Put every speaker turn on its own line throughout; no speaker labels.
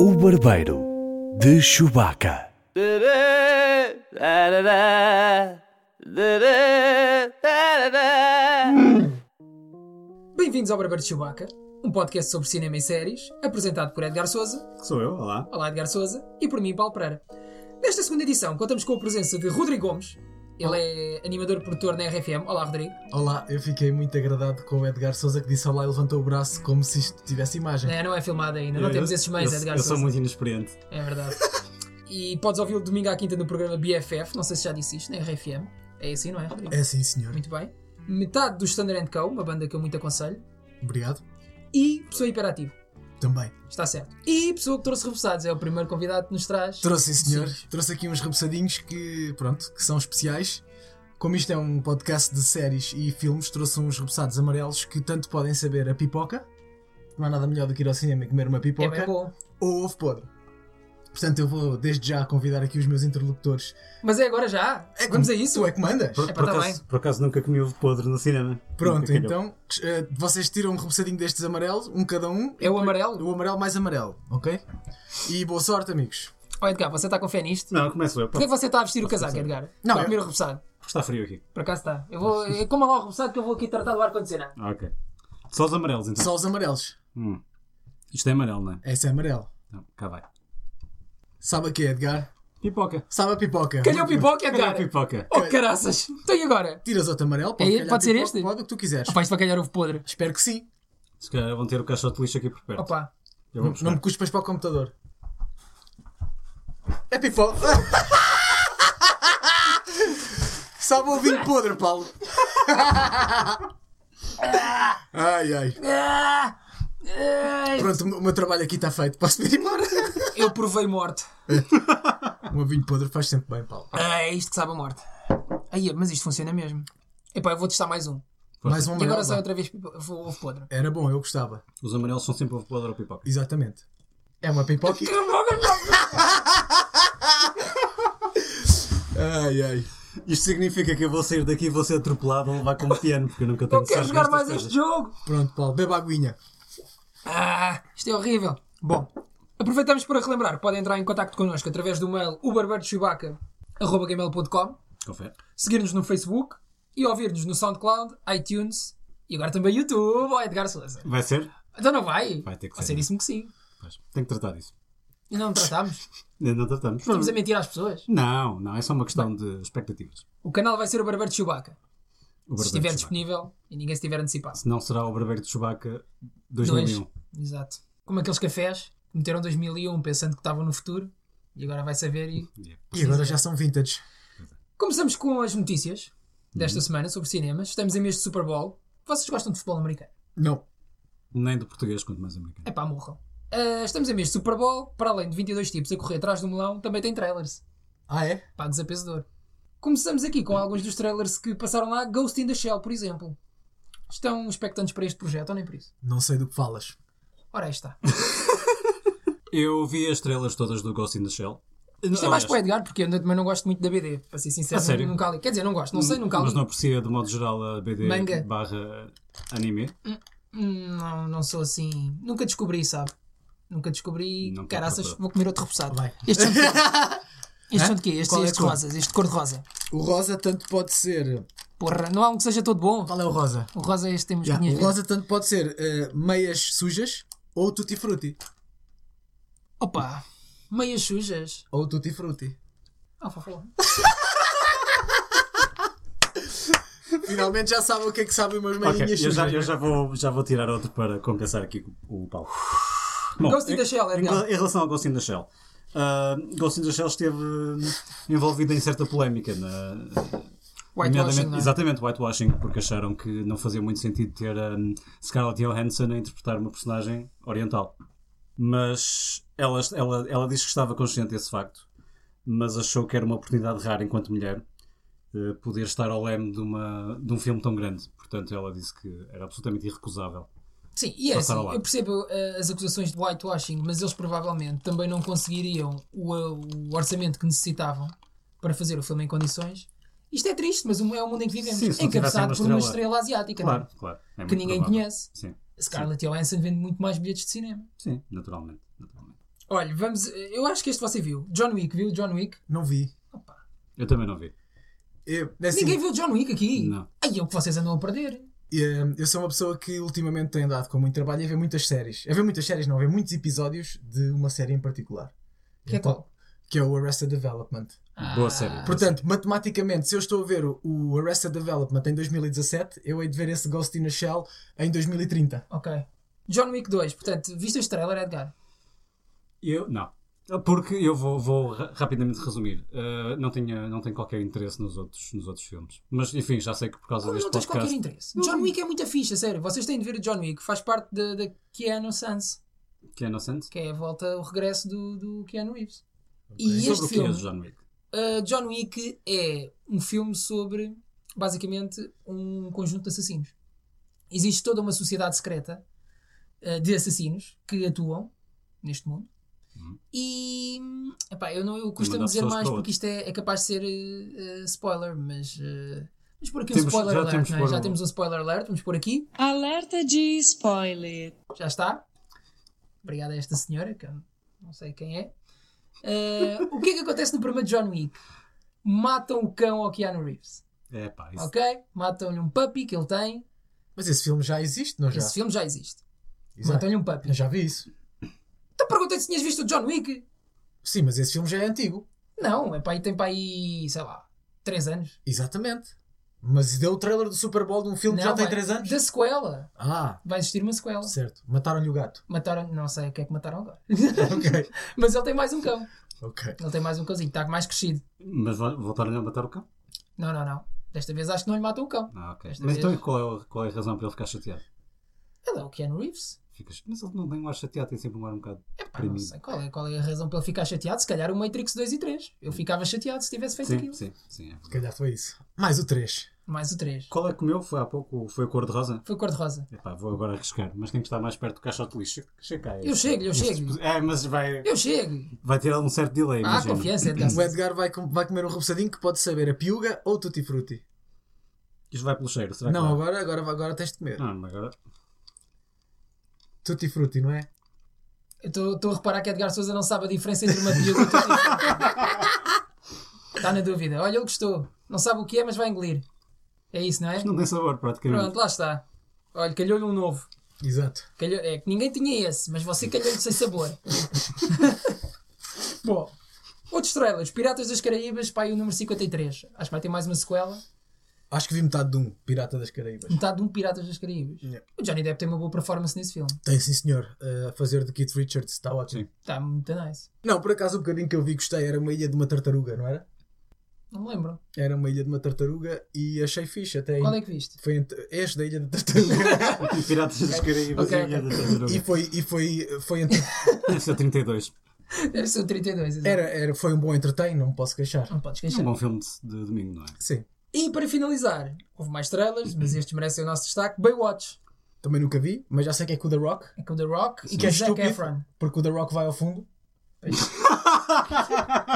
O Barbeiro de Chewbacca.
Bem-vindos ao Barbeiro de Chewbacca, um podcast sobre cinema e séries, apresentado por Edgar Souza.
Que Sou eu, olá.
Olá, Edgar Souza. E por mim, Paulo Pereira. Nesta segunda edição, contamos com a presença de Rodrigo Gomes. Ele é animador e produtor na RFM. Olá, Rodrigo.
Olá, eu fiquei muito agradado com o Edgar Souza que disse olá e levantou o braço como se isto tivesse imagem.
É, não é filmado ainda, não
Eu-
temos esses meios,
eu,
Edgar
Eu
Souza.
sou muito inexperiente.
É verdade. e podes ouvi-lo domingo à quinta no programa BFF, não sei se já disse isto, na RFM. É assim, não é, Rodrigo?
É sim, senhor.
Muito bem. Metade do Standard Co., uma banda que eu muito aconselho.
Obrigado.
E pessoa hiperativa.
Também.
Está certo. E pessoa que trouxe repousados, é o primeiro convidado que nos traz.
Trouxe, sim, senhor.
Sim.
Trouxe aqui uns repousadinhos que, pronto, que são especiais. Como isto é um podcast de séries e filmes, trouxe uns repousados amarelos que tanto podem saber a pipoca. Não há nada melhor do que ir ao cinema e comer uma
É
pipoca.
bem bom.
ou ovo podre. Portanto, eu vou desde já convidar aqui os meus interlocutores.
Mas é agora já.
É
Vamos a
como-
isso.
Tu é que mandas?
Por,
Epá,
por
tá
acaso, por acaso nunca comi ovo podre no cinema.
Pronto,
Nunca calhou.
então eh, vocês tiram um repousadinho destes amarelos, um cada um.
É o amarelo?
O amarelo mais amarelo, ok? E boa sorte, amigos.
Ó Edgar, você está com fé nisto?
Não, começo eu.
Porquê
Porque
que você está a vestir o casaco, Edgar? Tá
Não,
Está a
eu-
comer o repousado.
está frio aqui.
Por acaso está. Eu vou. eu- Coma lá o repousado que eu vou aqui tratar do ar-condicionado.
Ah, ok. Só os amarelos então.
Só os amarelos.
Hum. Isto é amarelo, não é?
Essa é amarelo.
Não, cá vai.
Sabe a quê, Edgar?
Pipoca.
Sabe a pipoca.
Calhou pipoca, Edgar!
Olha a É pipoca.
Oh, caraças! Então e agora?
Tiras outro amarelo, pode,
É,
calhar
pode ser
pipoca,
este?
Pode o que tu quiseres.
Rapaz, isto vai calhar ovo podre.
Espero que sim.
Se calhar vão ter o caixote de lixo aqui por perto.
Opa.
Eu vou
Não
buscar.
me cuspas para o computador. É pipoca. Sabe o vinho podre, Paulo. ai, ai.
Ah! Ai!
Pronto, o meu trabalho aqui está feito. Posso ir embora?
Eu provei morte.
Um ovinho podre faz sempre bem, Paulo.
Ah, é isto que sabe a morte. Aí, mas isto funciona mesmo. Epá, eu vou testar mais um.
Mais um
E agora
amarelo.
sai
vá.
outra vez pipo- ovo podre.
Era bom, eu gostava.
Os amarelos são sempre ovo podre ou pipoca.
Exatamente. É uma pipoca. ai, ai.
Isto significa que eu vou sair daqui e vou ser atropelado ou levar com um piano, porque eu nunca tenho
Não quero
sorte
jogar
nestas
mais
coisas.
este jogo!
Pronto, Paulo, beba aguinha.
Ah, isto é horrível. Bom, aproveitamos para relembrar que podem entrar em contato connosco através do mail uberberdechubaca.com,
Confere.
seguir-nos no Facebook e ouvir-nos no SoundCloud, iTunes e agora também YouTube, ó Edgar Souza.
Vai ser?
Então não vai?
Vai ter que
Você
ser.
disse-me que sim.
Pois. Tenho que tratar disso.
Ainda não tratámos.
Ainda Não tratamos.
Estamos a mentir às pessoas.
Não, não, é só uma questão de expectativas.
O canal vai ser o Barbeiro de Chewbacca,
O
se
Barbeiro
estiver
de Chewbacca.
disponível e ninguém se tiver antecipado.
Se não será o Barbeiro de Chewbacca
Dois.
2001.
Exato. Como aqueles cafés que meteram 2001 pensando que estavam no futuro e agora vai saber e
Yeah.
E agora já são vintage.
Começamos com as notícias desta
Uhum.
semana sobre cinemas. Estamos em mês de Super Bowl. Vocês gostam de futebol americano?
Não.
Nem do português, quanto mais americano.
É pá, morram. Ah, estamos em mês de Super Bowl. Para além de 22 tipos a correr atrás do melão, também tem trailers.
Ah, é?
Pagos a peso de ouro. Começamos aqui
Uhum.
com alguns dos trailers que passaram lá. Ghost in the Shell, por exemplo. Estão expectantes para este projeto ou nem por isso?
Não sei do que falas.
Ora, aí está.
Eu vi as estrelas todas do Ghost in the Shell.
Isto é mais para o Edgar, porque eu também não gosto muito da BD. Para ser sincero,
A Ah, sério?
nunca li. Quer dizer, não gosto. Não sei, nunca li.
Mas não aprecia de modo geral a BD
Manga.
barra anime.
Hum, Não, não sou assim. Nunca descobri, sabe? Nunca descobri.
Não tem
Caraças,
procura.
vou comer outro repousado.
Vai.
Este são de quê? Este são de quê? Este,
Qual é
este
a cor?
rosas, este cor de rosa.
O rosa tanto pode ser.
Porra, não há um que seja todo bom.
Qual é o rosa?
O rosa é este temos
Já,
minhas
O rosa tanto pode ser eh, meias sujas ou tutti frutti.
Opa, meias sujas.
Ou tutti frutti.
Ah, fofo.
Finalmente já sabem o que é que sabem meus
Ok,
meinhas
eu,
sujas.
já, eu já vou, já vou tirar outro para compensar aqui o, o Paulo. Bom,
Ghost in the Shell, é
em,
legal.
em relação ao Ghost in the Shell, ah, Ghost in the Shell esteve ah, envolvido em certa polémica na,
Whitewashing,
Nomeadamente-
não é?
Exatamente, whitewashing, porque acharam que não fazia muito sentido ter hum, Scarlett Johansson a interpretar uma personagem oriental. Mas ela, ela, ela diz que estava consciente desse facto, mas achou que era uma oportunidade rara enquanto mulher eh, poder estar ao leme de, uma, de um filme tão grande. Portanto, ela disse que era absolutamente irrecusável.
Sim, e é assim,
Passaram lá.
eu percebo eh, as acusações de whitewashing, mas eles provavelmente também não conseguiriam o, o orçamento que necessitavam para fazer o filme em condições. Isto é triste, mas o- é o mundo em que vivemos.
Sim, se não
encabeçado
tivessem
por
uma
uma estrela
estrela-
asiática, não é?
Claro, claro. é
que
muito
ninguém
provável.
conhece.
Sim,
Scarlett Johansson vende muito mais bilhetes de cinema.
sim, naturalmente. naturalmente.
Olha, vamos. Eu acho que este você viu. John Wick, viu? John Wick.
É
Não vi.
Opa.
Eu também não vi.
Eu, é assim,
Ninguém viu John Wick aqui.
Não.
Aí é o que vocês andam a perder.
eh, eu- eu sou uma pessoa que ultimamente tem andado com muito trabalho e a ver muitas séries. A ver muitas séries, não, a ver muitos episódios de uma série em particular.
Que Ah, é qual?
Que é o Arrested Development.
Então, Boa série.
Portanto, matematicamente, se eu estou a ver o- o Arrested Development em 2017, eu hei de ver esse Ghost in a Shell em 2030.
Ok. John Wick 2, portanto, viste este trailer, Edgar?
Eu, não. Porque eu vou, vou ra- rapidamente resumir. Uh, não, tinha, não tenho qualquer interesse nos outros, nos outros filmes. Mas enfim, já sei que por causa
Como
deste
não tens qualquer
podcast.
interesse? John Wick é muita ficha, sério. Vocês têm de ver o John Wick. Faz parte da da Keanu Sans,
Que é inocente.
que é a volta, o regresso do, do Keanu Reeves.
E
E
sobre
este
o que é o
filme,
John Wick?
uh, John Wick é um filme sobre, basicamente, um conjunto de assassinos. Existe toda uma sociedade secreta uh, de assassinos que atuam neste mundo. E epá, eu não eu costumo
mandar
dizer
Uhum. pessoas
mais
para
porque
outro.
isto é, é capaz de ser uh, uh, spoiler, mas, uh, vamos pôr aqui um
Temos-
spoiler
já
alert,
temos
não é?
pôr
já
um-
temos um spoiler alert, vamos pôr aqui,
Alerta de spoiler.
já está. Obrigado a esta senhora, que eu não sei quem é. Uh, o que é que acontece no primeiro John Wick? Matam o cão ao Keanu Reeves,
É pá, isso.
ok? Matam-lhe um puppy que ele tem.
Mas esse filme já existe, não já?
Esse filme já existe.
Exato.
Matam-lhe um
Eu
puppy.
já vi isso.
Então perguntei se tinhas visto o John Wick.
Sim, mas esse filme já é antigo.
Não, é para aí, tem para aí, sei lá, 3 anos.
Exatamente. Mas deu o trailer do Super Bowl de um filme que já
Não,
tem
vai-
3 anos?
Da sequela.
Ah,
Vai existir uma sequela.
certo. Mataram-lhe o gato.
Mataram, não sei o que é que mataram agora.
ok.
Mas ele tem mais um cão.
Ok.
Ele tem mais um cãozinho, está mais crescido.
Mas vo- voltaram a matar o cão?
Não, não, não. Desta vez acho que não lhe matam o cão.
Ah, ok.
Esta
Mas então
vez-
qual é, o- qual é a razão para ele ficar chateado?
Ele é o Keanu Reeves.
Ficas, mas ele não tem um ar chateado, tem sempre um ar um bocado
Pá, não
deprimido.
sei qual é, qual é a razão para ele ficar chateado. Se calhar o Matrix 2 e 3. Eu ficava chateado se tivesse feito
Sim,
aquilo.
sim, sim. é verdade.
Se calhar foi isso. Mais o 3.
Mais o 3.
Qual é que comeu? Foi há pouco? Foi a cor de rosa?
Foi cor-de-rosa.
Epá, vou agora arriscar, mas tenho que estar mais perto do caixote de lixo. Chega cá.
Eu chego, eu chego.
É, mas vai,
Eu chego.
vai ter um certo delay,
Ah,
imagino.
confiança, Edgar.
O Edgar vai, com- vai comer um repousadinho que pode saber a piuga ou tutti frutti.
Isto vai pelo cheiro, será que
Não,
vai?
agora, agora, agora tens de comer.
Não, mas agora...
Tutti frutti, não é?
Eu Estou a reparar que Edgar Souza não sabe a diferença entre uma bio e outra. Está na dúvida. Olha, ele gostou. Não sabe o que é, mas vai engolir. É isso, não é?
Isto não tem sabor, praticamente.
Pronto, lá está. Olha, calhou-lhe um novo.
Exato.
Calhou- é que ninguém tinha esse, mas você calhou-lhe sem sabor. Bom, outros trailers. Piratas das Caraíbas, pai, o número 53. Acho que vai ter mais uma sequela.
Acho que vi metade de um, Pirata das Caraíbas.
Metade de um Piratas das Caraíbas.
Yeah.
O Johnny Depp tem uma boa performance nesse filme.
Tem sim, senhor. Uh, A fazer de Keith Richards, está ótimo.
Sim.
Está Tá muito nice.
Não, por acaso o bocadinho que eu vi gostei era uma ilha de uma tartaruga, não era?
Não me lembro.
Era uma ilha de uma tartaruga e achei fixe até.
Qual é que viste?
Foi ent- este da ilha da tartaruga.
Piratas das Caraíbas
Ok,
e a Ilha
ok.
da
e
Tartaruga.
foi, e foi, foi, entre-
Esse é 32.
Deve ser o 32. exato.
era, era, foi um bom entretém, não me posso queixar.
Não podes
É um
queixar.
bom filme de, de domingo, não é?
Sim,
E para finalizar, houve mais trailers, mas estes merecem o nosso destaque. Baywatch.
também nunca vi, mas já sei que é com o The Rock,
É com o The Rock e
que
com
é
o Zac
estúpido,
Efron.
porque o The Rock vai ao fundo. É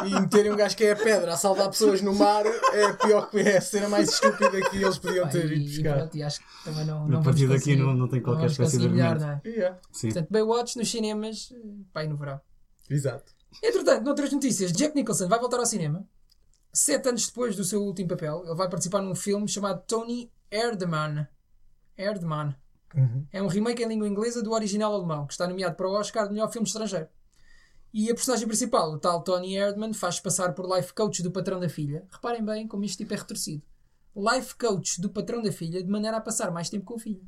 e meterem um gajo que é a pedra a salvar pessoas no mar é a pior que é a cena mais estúpida que eles podiam
Pá,
ter ido
e, e
buscar.
pronto, e acho que também não,
A
não
partir
vamos conseguir-
daqui não- não tem qualquer
vamos
espécie de
conseguir melhor,
argumento.
não é?
Yeah,
Sim.
Portanto, Baywatch nos cinemas, eh, pá, aí no verão.
Exato.
Entretanto, noutras notícias, Jack Nicholson vai voltar ao cinema. Sete anos depois do seu último papel, ele vai participar num filme chamado Tony Erdmann. Erdmann.
Uhum.
É um remake em língua inglesa do original alemão, que está nomeado para o Oscar de melhor filme estrangeiro. E a personagem principal, o tal Tony Erdmann, faz passar por life coach do patrão da filha. Reparem bem como este tipo é retorcido. Life coach do patrão da filha, de maneira a passar mais tempo com o filho.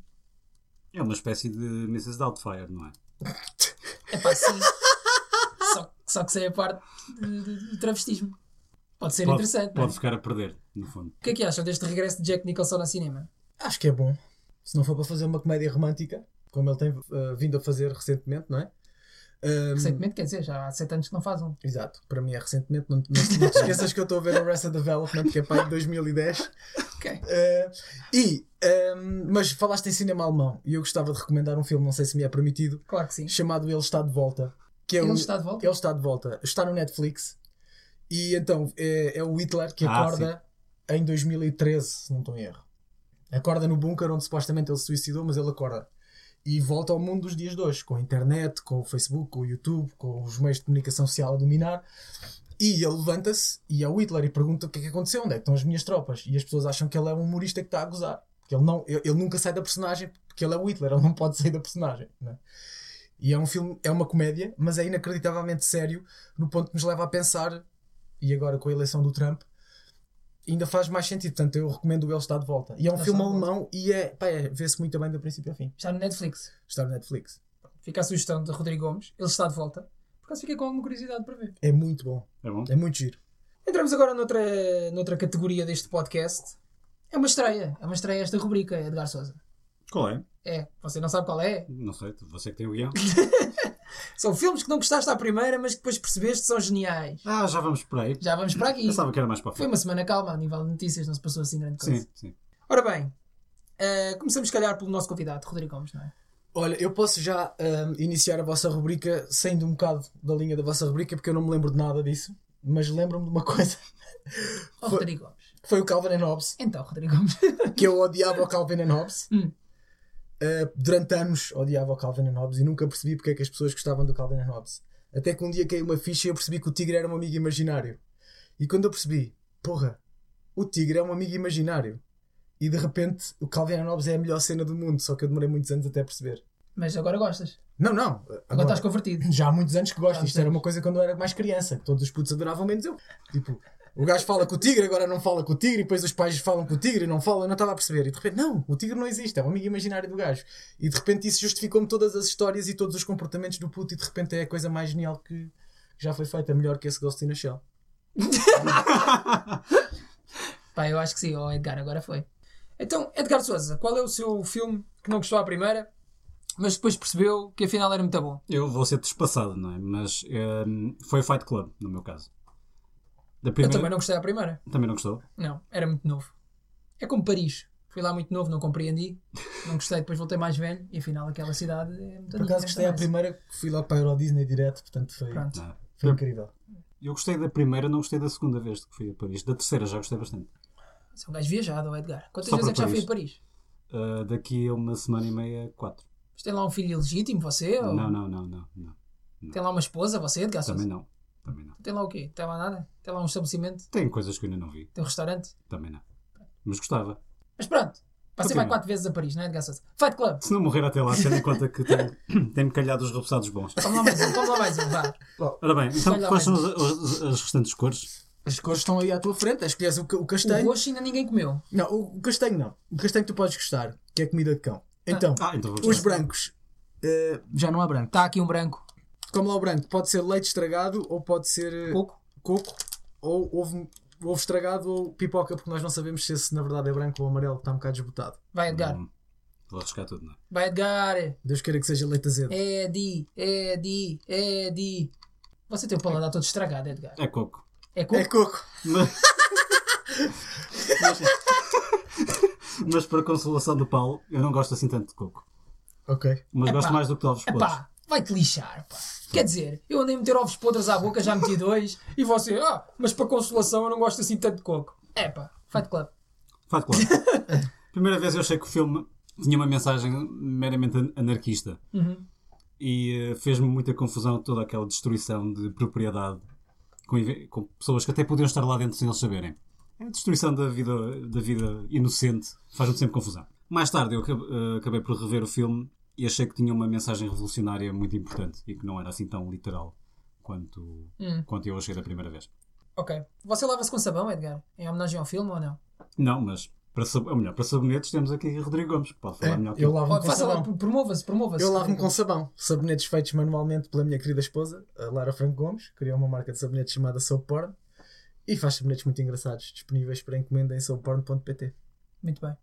É uma espécie de Mrs. Doubtfire, não é?
É pá, sim. só, só que sem a parte de, de- de travestismo. Pode ser
Pode,
interessante. não é?
pode ficar a perder, no fundo.
O que é que acham deste regresso de Jack Nicholson ao cinema?
Acho que é bom. Se não for para fazer uma comédia romântica, como ele tem uh, vindo a fazer recentemente, não é? Um,
Recentemente, quer dizer, já há sete anos que não faz um.
Exato, para mim é recentemente. Não, não, não te esqueças que eu estou a ver o Arrested Development, que é para aí de 2010.
Ok.
Eh, e, ehm, mas falaste em cinema alemão e eu gostava de recomendar um filme, não sei se me é permitido,
Claro que sim.
chamado Ele Está de Volta. Que é
Ele
um-
está de volta?
Ele Está de Volta. Está no Netflix e então é, é o Hitler que
Ah,
acorda em 2013, se não estou em erro. Acorda no bunker onde supostamente ele se suicidou, mas ele acorda. e volta ao mundo dos dias de hoje, com a internet, com o Facebook, com o YouTube, com os meios de comunicação social a dominar. E ele levanta-se e é o Hitler e pergunta o que é que aconteceu, onde é que estão as minhas tropas? E as pessoas acham que ele é um humorista que está a gozar. Porque ele, não, ele, ele nunca sai da personagem, porque ele é o Hitler, ele não pode sair da personagem. né? E é um filme, é uma comédia, mas é inacreditavelmente sério, no ponto que nos leva a pensar, e agora com a eleição do Trump, ainda faz mais sentido. Portanto, eu recomendo o Ele Está de Volta. E é um
Ele
filme
Está de Volta.
alemão e é, pá, é, vê-se muito bem do princípio ao fim.
Está no Netflix.
Está no Netflix.
Fica a sugestão de Rodrigo Gomes. Ele está de volta. Por acaso fiquei com alguma curiosidade para ver.
É muito bom.
É bom?
É muito giro.
Entramos agora noutra, noutra categoria deste podcast. É uma estreia. É uma estreia esta rubrica, Edgar Sousa.
Qual é?
É, você não sabe qual é.
Não sei, você que tem o guião.
São filmes que não gostaste à primeira, mas que depois percebeste são geniais.
Ah, já vamos por aí.
Já vamos para aqui.
Pensava que era mais para a
Foi
frente.
uma semana calma, a nível de notícias, não se passou assim grande coisa.
Sim, sim.
Ora bem, eh, começamos se calhar pelo nosso convidado, Rodrigo Gomes, não é?
Olha, eu posso já hum, iniciar a vossa rubrica saindo um bocado da linha da vossa rubrica, porque eu não me lembro de nada disso, mas lembro-me de uma coisa.
Oh,
Foi-
Rodrigo Gomes.
Foi o Calvin and Hobbes.
Então, Rodrigo Gomes.
que eu odiava o Calvin and Hobbes.
Hum.
Uh, durante anos odiava o Calvin and Hobbes e nunca percebi porque é que as pessoas gostavam do Calvin and Hobbes. Até que um dia caiu uma ficha e eu percebi que o tigre era um amigo imaginário. E quando eu percebi, porra, o tigre é um amigo imaginário. E de repente o Calvin and Hobbes é a melhor cena do mundo, só que eu demorei muitos anos até perceber.
Mas agora gostas.
Não, não. eh,
Agora
Agora,
estás convertido.
já há muitos anos que
Já
gosto.
há
Isto era
anos.
uma coisa quando eu era mais criança, que todos os putos adoravam menos eu. Tipo, o gajo fala com o tigre, agora não fala com o tigre, e depois os pais falam com o tigre e não falam, eu não estava a perceber. E de repente, não, o tigre não existe, é um amigo imaginário do gajo. E de repente isso justificou-me todas as histórias e todos os comportamentos do puto, e de repente é a coisa mais genial que já foi feita, melhor que esse Ghost in a Shell.
Pá, eu acho que sim, ó Edgar, agora foi. Então, Edgar Souza, qual é o seu filme que não gostou à primeira, mas depois percebeu que afinal era muito bom?
Eu vou ser despassado, não é? Mas hum, foi o Fight Club, no meu caso. Da
Eu
primeira...
também não gostei à primeira.
também não gostou.
Não, era muito novo. É como Paris. Fui lá muito novo, não compreendi. Não gostei, depois voltei mais velho e afinal aquela cidade é muito
Por acaso gostei à primeira, fui logo para a Euro Disney direto, portanto foi,
Pronto.
Ah,
foi incrível.
Eu gostei da primeira, não gostei da segunda vez que fui a Paris. Da terceira já gostei bastante.
Você é um gajo viajado, ó Edgar. Quantas
Só
vezes
para
é que já foi
Paris.
a Paris?
Ah, daqui a uma semana e meia, quatro.
Mas tem lá um filho ilegítimo, você? Ou...
Não, não, não, não, não.
Tem lá uma esposa, você, Edgar
Também
Sousa?
não. Também não.
Tem lá o quê? Tem lá nada? Tem lá um estabelecimento?
Tem coisas que eu ainda não vi.
Tem um restaurante?
Também não. Mas gostava.
Mas pronto, passei
Continua.
mais quatro vezes a Paris, não é, Edgar Sousa? Fight Club!
Se não morrer até lá, tendo em conta que tem- tem-me calhado os repousados bons.
Toma lá mais um, toma lá mais um, vá.
Ora bem, então
Olha lá
quais são
mais.
as, as- as restantes cores?
As cores estão aí à tua frente, escolhes o, ca- o
O
castanho.
roxo ainda ninguém comeu.
Não, o castanho não. O castanho tu podes gostar, que é comida de cão. Então,
Ah, então vou
os
gostar.
brancos. eh, já não há branco.
Está aqui um branco,
Como lá o branco, pode ser leite estragado ou pode ser eh,
pouco.
coco ou ovo, ovo estragado ou pipoca, porque nós não sabemos se esse na verdade é branco ou amarelo, que está um bocado desbotado.
Vai, Edgar.
Hum, Vou arriscar tudo, não é?
Vai, Edgar.
Deus queira que seja leite azedo.
É Edi, Edi, Edi. Você tem o paladar todo estragado, Edgar.
É coco.
É
É
coco?
coco.
Mas... mas- mas para consolação do Paulo, eu não gosto assim tanto de coco.
Ok.
Mas
Epá.
gosto mais do que de ovos podres.
Epá, vai-te lixar, pá. Quer dizer, eu andei a meter ovos podres à boca, já meti dois, e você, ah, mas para consolação eu não gosto assim tanto de coco. É pá, Fight Club.
Fato claro. Primeira vez eu achei que o filme tinha uma mensagem meramente an- anarquista.
Uhum.
E eh, fez-me muita confusão toda aquela destruição de propriedade com, inve- com pessoas que até podiam estar lá dentro sem eles saberem. É A destruição da vida, da vida inocente faz-me sempre confusão. Mais tarde eu acab- eh, acabei por rever o filme e achei que tinha uma mensagem revolucionária muito importante e que não era assim tão literal quanto, quanto eu achei da primeira vez.
Ok. Você lava-se com sabão, Edgar? Em homenagem ao filme ou não?
Não, mas para, sab... ou melhor, para sabonetes temos aqui Rodrigo Gomes, que pode falar
É,
melhor que
eu
eu.
lavo-me com
Faça lá,
sabão.
pro- promova-se, promova-se.
Eu lavo-me com sabão. Sabonetes feitos manualmente pela minha querida esposa, a Lara Franco Gomes. Criou uma marca de sabonetes chamada Soap Porn. E faz sabonetes muito engraçados, disponíveis para encomenda em soapporn.pt.
Muito bem.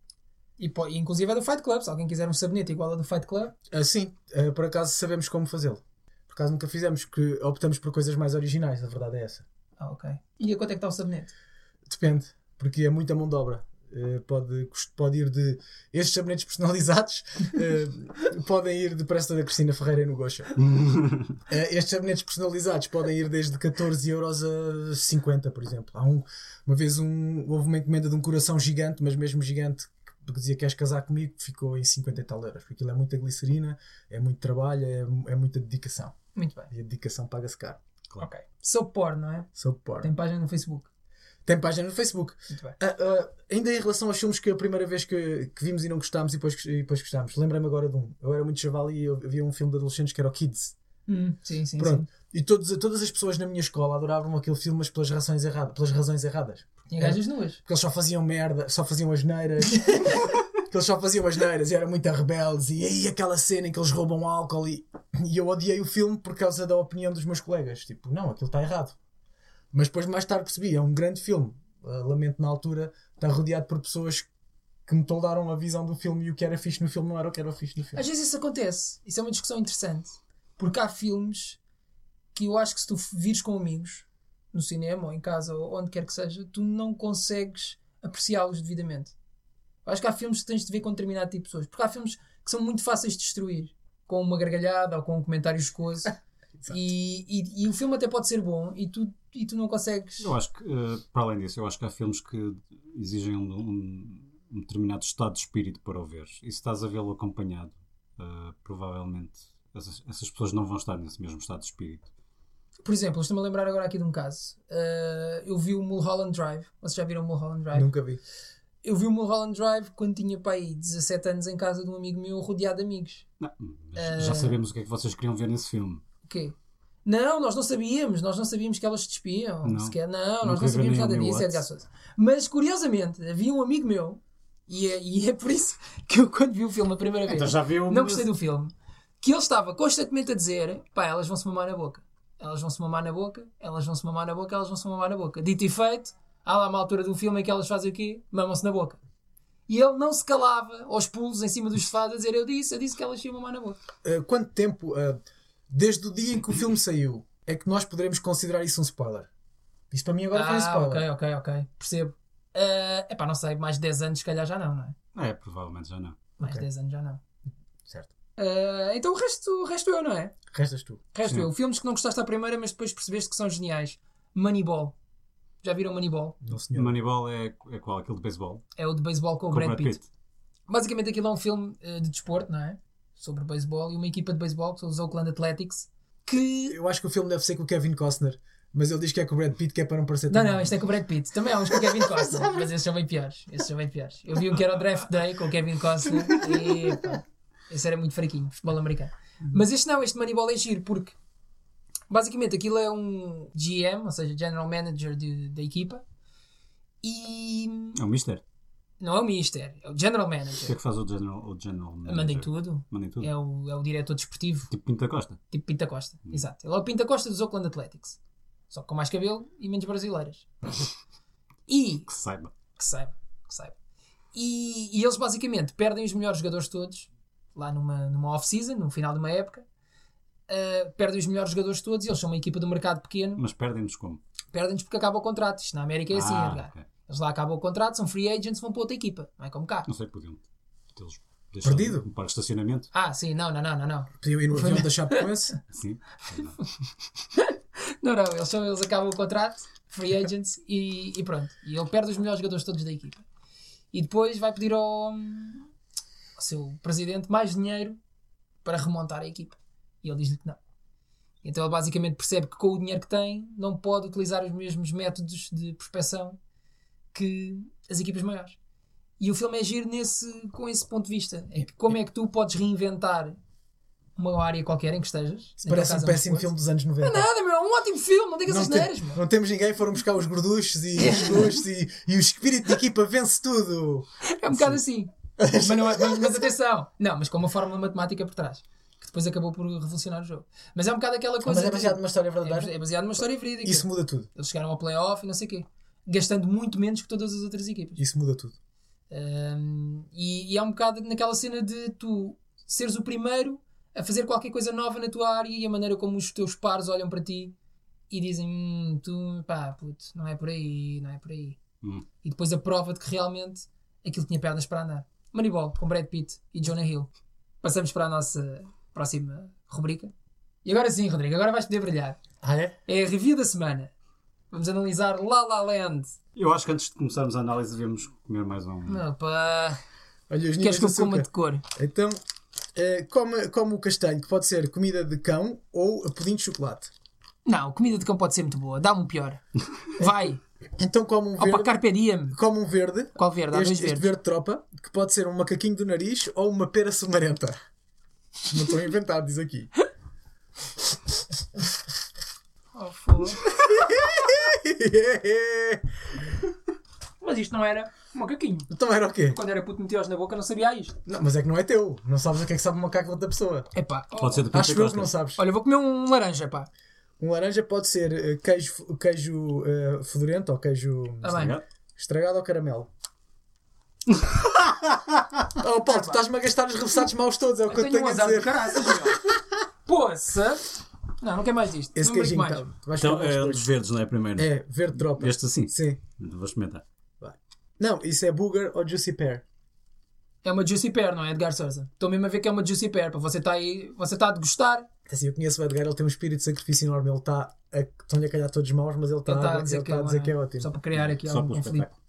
E, po- e inclusive é do Fight Club. Se alguém quiser um sabonete igual ao do Fight Club,
Ah, sim, Ah, por acaso sabemos como fazê-lo. Por acaso nunca fizemos, que optamos por coisas mais originais, a verdade é essa.
ah, ok. E a quanto é que está o sabonete?
Depende, porque é muita mão de obra. Ah, pode, cust- pode ir de estes sabonetes personalizados, ah, podem ir de presta da Cristina Ferreira e no Gocha. Ah, estes sabonetes personalizados podem ir desde 14 euros a 50, por exemplo. Há um, uma vez um, houve uma encomenda de um coração gigante, mas mesmo gigante, porque dizia queres casar comigo, ficou em 50 e tal euros. Porque aquilo é muita glicerina, é muito trabalho, é, é muita dedicação.
Muito bem.
E a dedicação paga-se caro.
Ok. Sou porn, não é?
Sou pobre.
Tem página no Facebook.
Tem página no Facebook.
Muito bem.
Ah, ah, ainda em relação aos filmes que a primeira vez que, que vimos e não gostámos e depois, e depois gostámos, lembrei-me agora de um. Eu era muito chaval e eu havia um filme de adolescentes que era o Kids.
Hum, sim, sim,
Pronto. E todos, todas as pessoas na minha escola adoravam aquele filme, mas pelas razões erradas. Pelas razões erradas.
sim. Tinha gajas nuas.
Porque eles só faziam merda, só faziam asneiras. que eles só faziam asneiras e eram muito rebeldes. E aí aquela cena em que eles roubam álcool. E, e eu odiei o filme por causa da opinião dos meus colegas. Tipo, não, aquilo está errado. Mas depois, mais tarde, percebi. É um grande filme. Uh, lamento na altura estar rodeado por pessoas que me toldaram a visão do filme e o que era fixe no filme não era o que era fixe no filme.
Às vezes isso acontece. Isso é uma discussão interessante. Porque há filmes que eu acho que se tu vires com amigos, no cinema ou em casa ou onde quer que seja, tu não consegues apreciá-los devidamente. Eu acho que há filmes que tens de ver com determinado tipo de pessoas. Porque há filmes que são muito fáceis de destruir. Com uma gargalhada ou com um comentário escoso. e, e, e o filme até pode ser bom e tu, e tu não consegues.
Eu acho que, eh, para além disso, eu acho que há filmes que exigem um, um- um determinado estado de espírito para o ver. E se estás a vê-lo acompanhado, eh, provavelmente essas, essas pessoas não vão estar nesse mesmo estado de espírito.
Por exemplo, estou-me a lembrar agora aqui de um caso. Ah, eu vi o Mulholland Drive. Vocês já viram o Mulholland Drive?
Nunca vi.
Eu vi o Mulholland Drive quando tinha para aí 17 anos em casa de um amigo meu rodeado de amigos.
Não, mas
Eh,
Já sabemos o que é que vocês queriam ver nesse filme.
O quê? Não, nós não sabíamos, nós não sabíamos que elas se despiam.
Não.
sequer. não
Nunca
nós
vi
não sabíamos
nem um
nada
o meu
disso,
WhatsApp.
Edgar Sousa. Mas curiosamente, havia um amigo meu, e é, e é por isso que eu quando vi o filme a primeira vez,
Então já viu.
não gostei do filme, que ele estava constantemente a dizer: pá, elas vão se mamar na boca, elas vão se mamar na boca, elas vão se mamar na boca, elas vão se mamar na boca. Dito e feito, há lá uma altura do filme em que elas fazem o quê? Mamam-se na boca. E ele não se calava aos pulos em cima dos estofados a dizer: Eu disse, eu disse que elas iam mamar na boca.
Uh, quanto tempo, uh, desde o dia em que o filme saiu, é que nós poderemos considerar isso um spoiler? Isso para mim agora foi um
ah,
spoiler.
ok, ok, ok, percebo. é epá, não sei, mais 10 anos se calhar já não, não é?
É, provavelmente já não.
Mais
Ok.
10 anos já não.
Certo.
Ah, então o resto, o resto eu, não é?
Restas tu.
Resto
Sim.
eu. Filmes que não gostaste à primeira, mas depois percebeste que são geniais. Moneyball. Já viram Moneyball?
Não, senhor.
Moneyball é, é qual? Aquele de beisebol?
É o de beisebol com o
Com
Brad Pitt. Basicamente aquilo é um filme eh, de desporto, não é? Sobre beisebol e uma equipa de beisebol, que são os Oakland Athletics, que...
Eu acho que o filme deve ser com o Kevin Costner, mas ele diz que é com o Brad Pitt, que é para não parecer
Não,
tão
não,
mal.
este é com o Brad Pitt. Também há uns com o Kevin Costner, mas esses são bem piores. Esses são bem piores. Eu vi um que era o Draft Day com o Kevin Costner e... pá, esse era muito fraquinho, futebol americano. Mas este não, este Moneyball é giro, porque... Basicamente aquilo é um GM, ou seja, General Manager de- da equipa, e...
É o Mister.
Não é o Mister, é o General
O que é
Manager.
que faz o General, o general Manager?
Mandem tudo.
Mandem tudo.
É o, é o diretor desportivo,
Tipo Pinto da Costa.
tipo Pinta Costa.
Hum.
Exato. Ele é o Pinta Costa dos Oakland Athletics. Só que com mais cabelo e menos brasileiras. e
Que saiba.
que saiba, que saiba. E, e eles basicamente perdem os melhores jogadores todos, lá numa, numa off-season, no final de uma época. Ah, perdem os melhores jogadores todos e eles são uma equipa do mercado pequeno.
Mas perdem-nos como?
Perdem-nos porque acaba o contrato. Isto na América é assim,
Ah,
Edgar.
ok.
Eles lá acabam o contrato, são free agents, vão para outra equipa. Não é como cá.
Não sei, podiam tê-los deixado
Perdido?
no parque de estacionamento.
Ah, sim, não, não, não, não, não.
Podiam ir no avião da Chapecoense.
Sim. é Sei lá.
Não, não, eles, são, eles acabam o contrato, free agents e, e pronto. E ele perde os melhores jogadores todos da equipa. E depois vai pedir ao, hum, ao seu presidente mais dinheiro para remontar a equipa. E ele diz-lhe que não. Então ele basicamente percebe que com o dinheiro que tem não pode utilizar os mesmos métodos de prospecção que as equipas maiores. E o filme é giro nesse, com esse ponto de vista. É que como é que tu podes reinventar uma área qualquer em que estejas?
Isso Parece um péssimo filme dos anos 90.
Nada, meu, é um ótimo filme, não digas
Não,
as
tem-
neiras, mano.
não temos ninguém, foram buscar os gorduchos e os gostos e, e o espírito de equipa vence tudo.
É um bocado assim. mas, não é- mas- mas atenção, não, mas com uma fórmula matemática por trás, que depois acabou por revolucionar o jogo. Mas é um bocado aquela coisa.
Mas é
de-
baseado numa história
é base-
verdadeira.
é baseado numa história verídica.
Isso muda tudo.
Eles chegaram ao playoff e não sei o quê, gastando muito menos que todas as outras equipas.
Isso muda tudo.
Um, e, e é um bocado naquela cena de tu seres o primeiro a fazer qualquer coisa nova na tua área e a maneira como os teus pares olham para ti e dizem: hum, tu, pá, puto, não é por aí, não é por aí.
Hum.
E depois a prova de que realmente aquilo tinha pernas para andar. Moneyball com Brad Pitt e Jonah Hill. Passamos para a nossa próxima rubrica. E agora sim, Rodrigo, agora vais poder brilhar.
Ah, é?
É a review da semana. Vamos analisar La La Land.
Eu acho que antes de começarmos a análise devemos comer mais um.
Opa,
Olha, os níveis
Queres que
de
eu coma
açúcar.
de cor?
Então, eh, come, come o castanho, que pode ser comida de cão ou pudim de chocolate.
Não, comida de cão pode ser muito boa. Dá-me um pior. Vai.
Então, come um
Opa,
verde.
carpe diem.
Come um verde.
Qual verde? Há
Este,
dois
este
verdes.
verde tropa, que pode ser um macaquinho do nariz ou uma pera sumarenta. Não estou a inventar, diz aqui.
Oh, foda. Mas isto não era um macaquinho.
então era o quê?
Quando era puto meteos na boca não sabia isto.
Não, mas é que não é teu. Não sabes o que é que sabe o macaco da outra pessoa.
Epá. Oh.
Pode ser de
Acho eu que
Costa.
não sabes.
Olha, vou comer um laranja, pá.
Um laranja pode ser eh, queijo, queijo eh, fedorento ou queijo
Tá bem.
Obrigado.
estragado ou caramelo. oh Paulo, tu estás-me a gastar os repassados maus todos, é o que eu
Eu tenho
tenho
um
a
azar do
dizer.
caraças, meu. Poça. Não, não quero mais disto.
Esse
não brinco
queijinho
mais.
tá, tu vais
Então,
comer mais
é
dois.
dos verdes, não é? Primeiro.
é verde tropa.
Este assim.
Sim.
Vou experimentar.
Não, isso é booger ou juicy pear.
É uma Juicy Pear, não é, Edgar Sousa? Estou mesmo a ver que é uma Juicy Pear. Para você está aí, você está a degustar.
Assim, eu conheço o Edgar, ele tem um espírito de sacrifício enorme. Ele está. A... Estão-lhe a calhar todos maus, mas ele está
Ele
a dizer, tá a dizer que é ótimo.
Só para criar aqui
Só
algum
pelo
conflito.
espetáculo.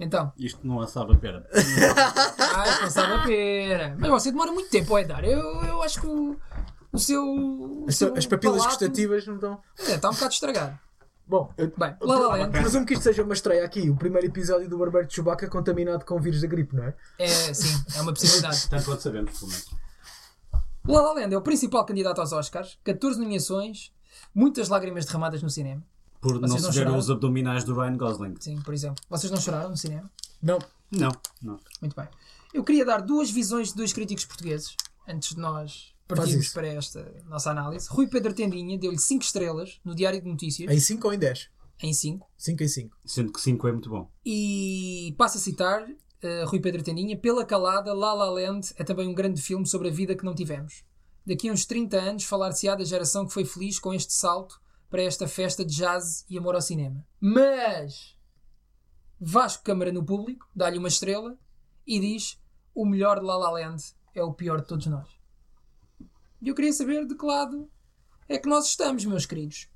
Então,
Isto não é assava a pera.
ai, isto não sabe a pera. Mas você demora muito tempo a dar. Eu, eu acho que o, o seu. o
As,
seu
as papilas
palato-
gustativas não estão.
É, está um bocado estragado.
Bom, eu...
Bem, La La Land.
presumo que isto seja uma estreia aqui. O primeiro episódio do Barbeiro de Chewbacca contaminado com o vírus da gripe, não é?
É, sim, é uma possibilidade.
Tanto quanto sabemos, pelo menos.
La La Land é o principal candidato aos Oscars. 14 nomeações, muitas lágrimas derramadas no cinema.
Por não
Vocês
se
não
ver
choraram?
os abdominais do Ryan Gosling.
Sim, por exemplo. Vocês não choraram no cinema?
Não.
Não, não.
Muito bem. Eu queria dar duas visões de dois críticos portugueses antes de nós partirmos
isso.
para esta nossa análise. Rui Pedro Tendinha deu-lhe 5 estrelas no Diário de Notícias,
Em 5 ou em 10?
em 5,
5 em 5.
Sendo que 5 é muito bom.
e passo a citar eh, Rui Pedro Tendinha: Pela Calada, La La Land é também um grande filme sobre a vida que não tivemos. Daqui a uns 30 anos falar-se-á da geração que foi feliz com este salto para esta festa de jazz e amor ao cinema. Mas Vasco Câmara no público dá-lhe uma estrela e diz o melhor de La La Land é o pior de todos nós. E eu queria saber de que lado é que nós estamos, meus queridos.